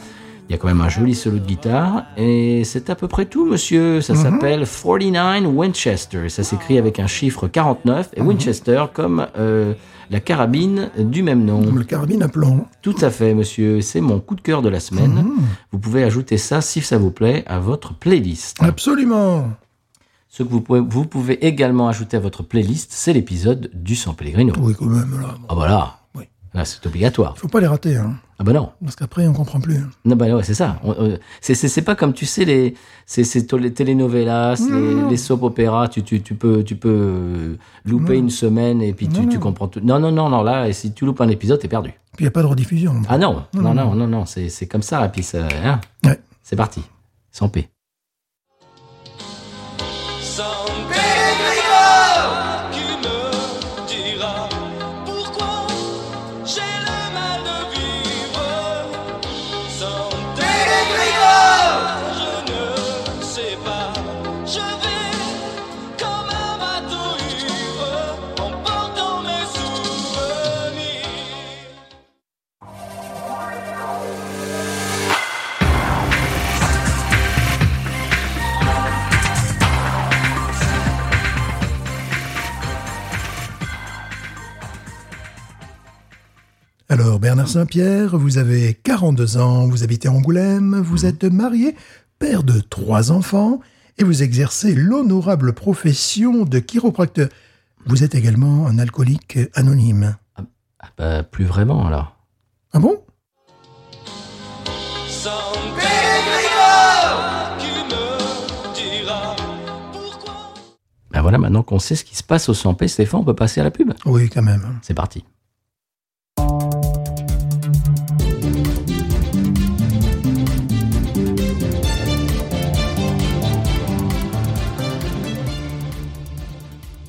Speaker 1: Il y a quand même un joli solo de guitare. Et c'est à peu près tout, monsieur.
Speaker 2: Mhm.
Speaker 1: Ça s'appelle 49 Winchester. Ça s'écrit avec un chiffre 49
Speaker 2: Mhm.
Speaker 1: et Winchester comme euh, la carabine du même nom.
Speaker 2: Comme le carabine à plomb.
Speaker 1: Tout à fait, monsieur. C'est mon coup de cœur de la semaine.
Speaker 2: Mhm.
Speaker 1: Vous pouvez ajouter ça, si ça vous plaît, à votre playlist.
Speaker 2: Eh Absolument.
Speaker 1: Ce que vous pouvez, vous pouvez également ajouter à votre playlist, c'est l'épisode du San Pellegrino.
Speaker 2: Oui, quand même, là. Bon,
Speaker 1: Ah bah là,
Speaker 2: Oui.
Speaker 1: là c'est obligatoire.
Speaker 2: Faut pas les rater, hein.
Speaker 1: Ah bah non,
Speaker 2: Parce qu'après, on comprend plus.
Speaker 1: non bah ouais, c'est ça. On- on- c'est- C'est c'est pas comme tu sais les c'est c'est to- les telenovelas, les, les soap opéras, tu, tu, tu peux tu peux euh, louper une semaine et puis tu, tu comprends tout. Non non non non là et si tu loupes un épisode t'es perdu.
Speaker 2: Puis il a pas de rediffusion.
Speaker 1: Ah non non non non non c'est c'est comme ça et puis ça hein,
Speaker 2: Ouais.
Speaker 1: c'est parti sans paix.
Speaker 4: Sans Pellegrino qui me dira pourquoi j'ai le mal de vivre. Sans Pellegrino, je ne sais pas. Je vais comme un bateau ivre en portant mes souvenirs.
Speaker 2: Alors, Bernard Saint-Pierre, vous avez 42 ans, vous habitez Angoulême, vous êtes marié, père de trois enfants, et vous exercez l'honorable profession de chiropracteur. Vous êtes également un alcoolique anonyme.
Speaker 1: Ah bah plus vraiment alors.
Speaker 2: Ah bon
Speaker 4: Sans Pellegrino qui me dira pourquoi.
Speaker 1: Ben voilà maintenant qu'on sait ce qui se passe au sans paix Stéphane on peut passer à la pub.
Speaker 2: Oui, quand même.
Speaker 1: C'est parti.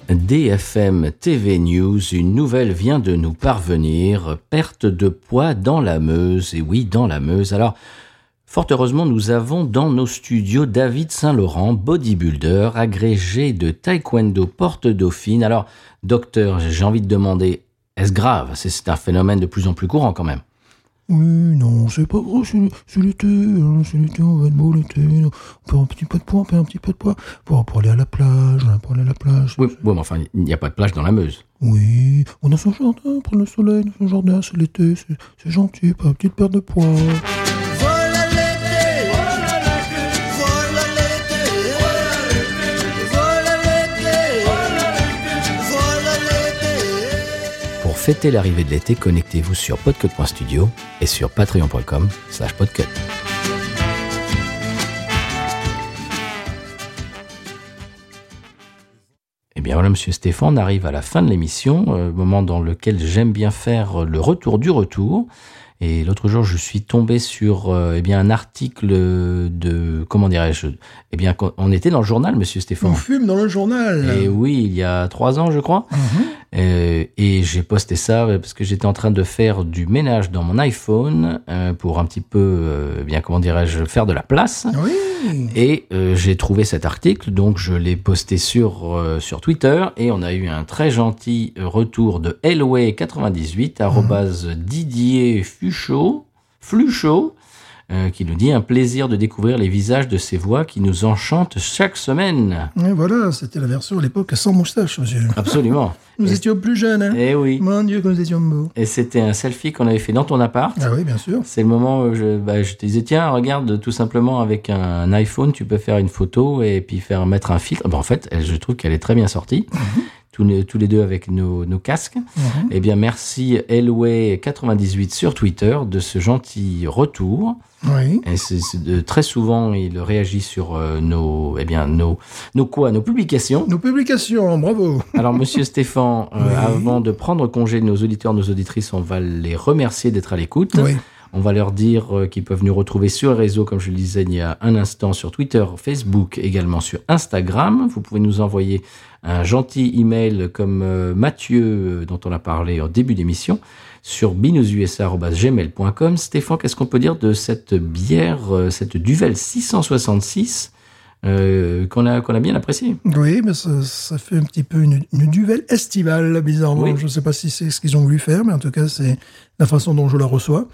Speaker 1: DFM TV News, une nouvelle vient de nous parvenir. Perte de poids dans la Meuse. Et oui, dans la Meuse. Alors, Fort heureusement, nous avons dans nos studios David Saint-Laurent, bodybuilder, agrégé de taekwondo porte dauphine. Alors, docteur, j'ai envie de demander, est-ce grave C'est- C'est un phénomène de plus en plus courant quand même.
Speaker 2: Oui, non, c'est pas gros, c'est c'est l'été, hein, c'est l'été, on va être beau l'été, on perd un petit peu de poids, on perd un petit peu de poids, pour, pour aller à la plage, hein, pour aller à la plage.
Speaker 1: Oui, oui, mais enfin, il n'y a pas de plage dans la Meuse.
Speaker 2: Oui, on a son jardin, prendre le soleil, dans son jardin, c'est l'été, c'est c'est gentil, pas une petite perte de poids.
Speaker 5: Voilà l'été, voilà l'été, voilà l'été, voilà l'été.
Speaker 1: Pour fêter l'arrivée de l'été, connectez-vous sur podcut.studio et sur patreon.com slash podcut. Eh bien voilà, monsieur Stéphane, on arrive à la fin de l'émission, euh, moment dans lequel j'aime bien faire euh, le retour du retour. Et l'autre jour, je suis tombé sur euh, eh bien, un article de... Comment dirais-je Eh bien, on était dans le journal, monsieur Stéphane.
Speaker 2: Euh.
Speaker 1: Eh
Speaker 2: On fume dans le journal.
Speaker 1: Et oui, il y a trois ans, je crois. Euh, et j'ai posté ça euh, parce que j'étais en train de faire du ménage dans mon iPhone euh, pour un petit peu, euh, bien comment dirais-je, faire de la place.
Speaker 2: Oui.
Speaker 1: Et euh, j'ai trouvé cet article, donc je l'ai posté sur, euh, sur Twitter et on a eu un très gentil retour de Elway98, arrobase Didier Fuchot, Fluchot, euh, qui nous dit un plaisir de découvrir les visages de ces voix qui nous enchantent chaque semaine.
Speaker 2: Et voilà, c'était la version à l'époque sans moustache, monsieur.
Speaker 1: Absolument.
Speaker 2: Nous étions plus jeunes, hein.
Speaker 1: Eh oui.
Speaker 2: Mon Dieu, que nous étions beaux.
Speaker 1: Et c'était un selfie qu'on avait fait dans ton appart.
Speaker 2: Ah oui, bien sûr.
Speaker 1: C'est le moment où je, bah, je te disais, tiens, regarde, tout simplement avec un iPhone, tu peux faire une photo et puis faire mettre un filtre. Bah, en fait, elle- je trouve qu'elle est très bien sortie.
Speaker 2: Mhm.
Speaker 1: Tous, les- tous les deux avec nos, nos casques. Eh bien, merci Elway98 sur Twitter de ce gentil retour.
Speaker 2: Oui.
Speaker 1: Et c'est- c'est de- très souvent, il réagit sur euh, nos, eh bien, nos, nos quoi, nos publications.
Speaker 2: Nos publications, bravo.
Speaker 1: Alors, monsieur Stéphane, euh,
Speaker 2: Oui.
Speaker 1: avant de prendre congé de nos auditeurs, nos auditrices, on va les remercier d'être à l'écoute.
Speaker 2: Oui.
Speaker 1: On va leur dire euh, qu'ils peuvent nous retrouver sur les réseaux, comme je le disais il y a un instant, sur Twitter, Facebook, également sur Instagram. Vous pouvez nous envoyer un gentil email comme euh, Mathieu, euh, dont on a parlé au début d'émission, sur binoususa.gmail.com. Stéphane, qu'est-ce qu'on peut dire de cette bière, euh, cette Duvel 666 euh, qu'on a, qu'on a bien appréciée
Speaker 2: Oui, mais ça, ça fait un petit peu une, une duvel estivale, bizarrement.
Speaker 1: Oui.
Speaker 2: Je ne sais pas si c'est ce qu'ils ont voulu faire, mais en tout cas, c'est la façon dont je la reçois.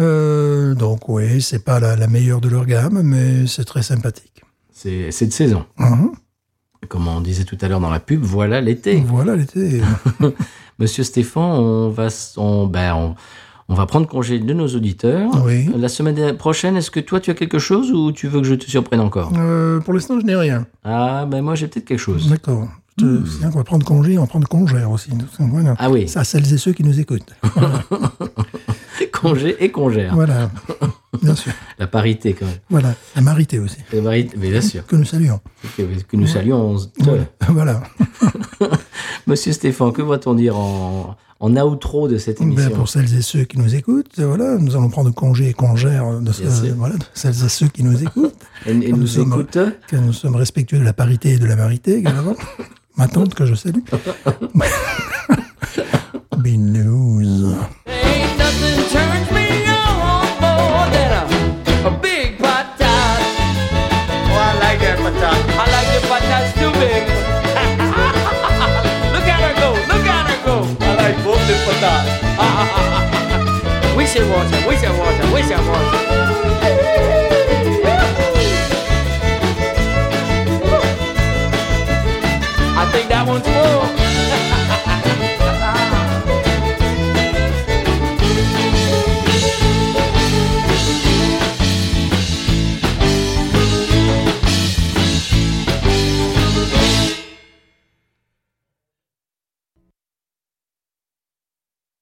Speaker 2: Euh, donc oui, c'est pas la, la meilleure de leur gamme, mais c'est très sympathique.
Speaker 1: C'est c'est de saison.
Speaker 2: Mhm.
Speaker 1: Comme on disait tout à l'heure dans la pub, voilà l'été.
Speaker 2: Voilà l'été.
Speaker 1: Monsieur Stéphane, on va, s- on, ben, on, on va prendre congé de nos auditeurs.
Speaker 2: oui.
Speaker 1: La semaine prochaine, est-ce que toi tu as quelque chose ou tu veux que je te surprenne encore
Speaker 2: Euh, pour l'instant, je n'ai rien.
Speaker 1: Ah, ben moi j'ai peut-être quelque chose.
Speaker 2: D'accord. Je- c'est bien qu'on va prendre congé, on va prendre congère aussi. Voilà.
Speaker 1: Hmm. Ah oui,
Speaker 2: Ça, celles et ceux qui nous écoutent.
Speaker 1: congé et congère.
Speaker 2: Voilà. Bien sûr.
Speaker 1: La parité quand même.
Speaker 2: Voilà. La marité aussi,
Speaker 1: La parité, mais bien sûr,
Speaker 2: que nous saluons.
Speaker 1: que, que nous saluons.
Speaker 2: Voilà.
Speaker 1: Monsieur Stéphane, que va-t-on dire en, en outro de cette
Speaker 2: Ben,
Speaker 1: émission
Speaker 2: pour celles et ceux qui nous écoutent, voilà, nous allons prendre congé et congère de, ce-
Speaker 1: Bien sûr.
Speaker 2: voilà, de celles et ceux qui nous écoutent,
Speaker 1: Et, et
Speaker 2: nous
Speaker 1: nous
Speaker 2: sommes-
Speaker 1: écoute
Speaker 2: que nous sommes respectueux de la parité et de la marité également. Ma tante que je salue. Binous.
Speaker 4: Ain't nothing turns me on more than a, a big patat. Oh, I like that patat. I like the patats too big. look at her go, look at her go. I like both the patats. we should watch her, we should watch her, we should watch her. I think that one's full.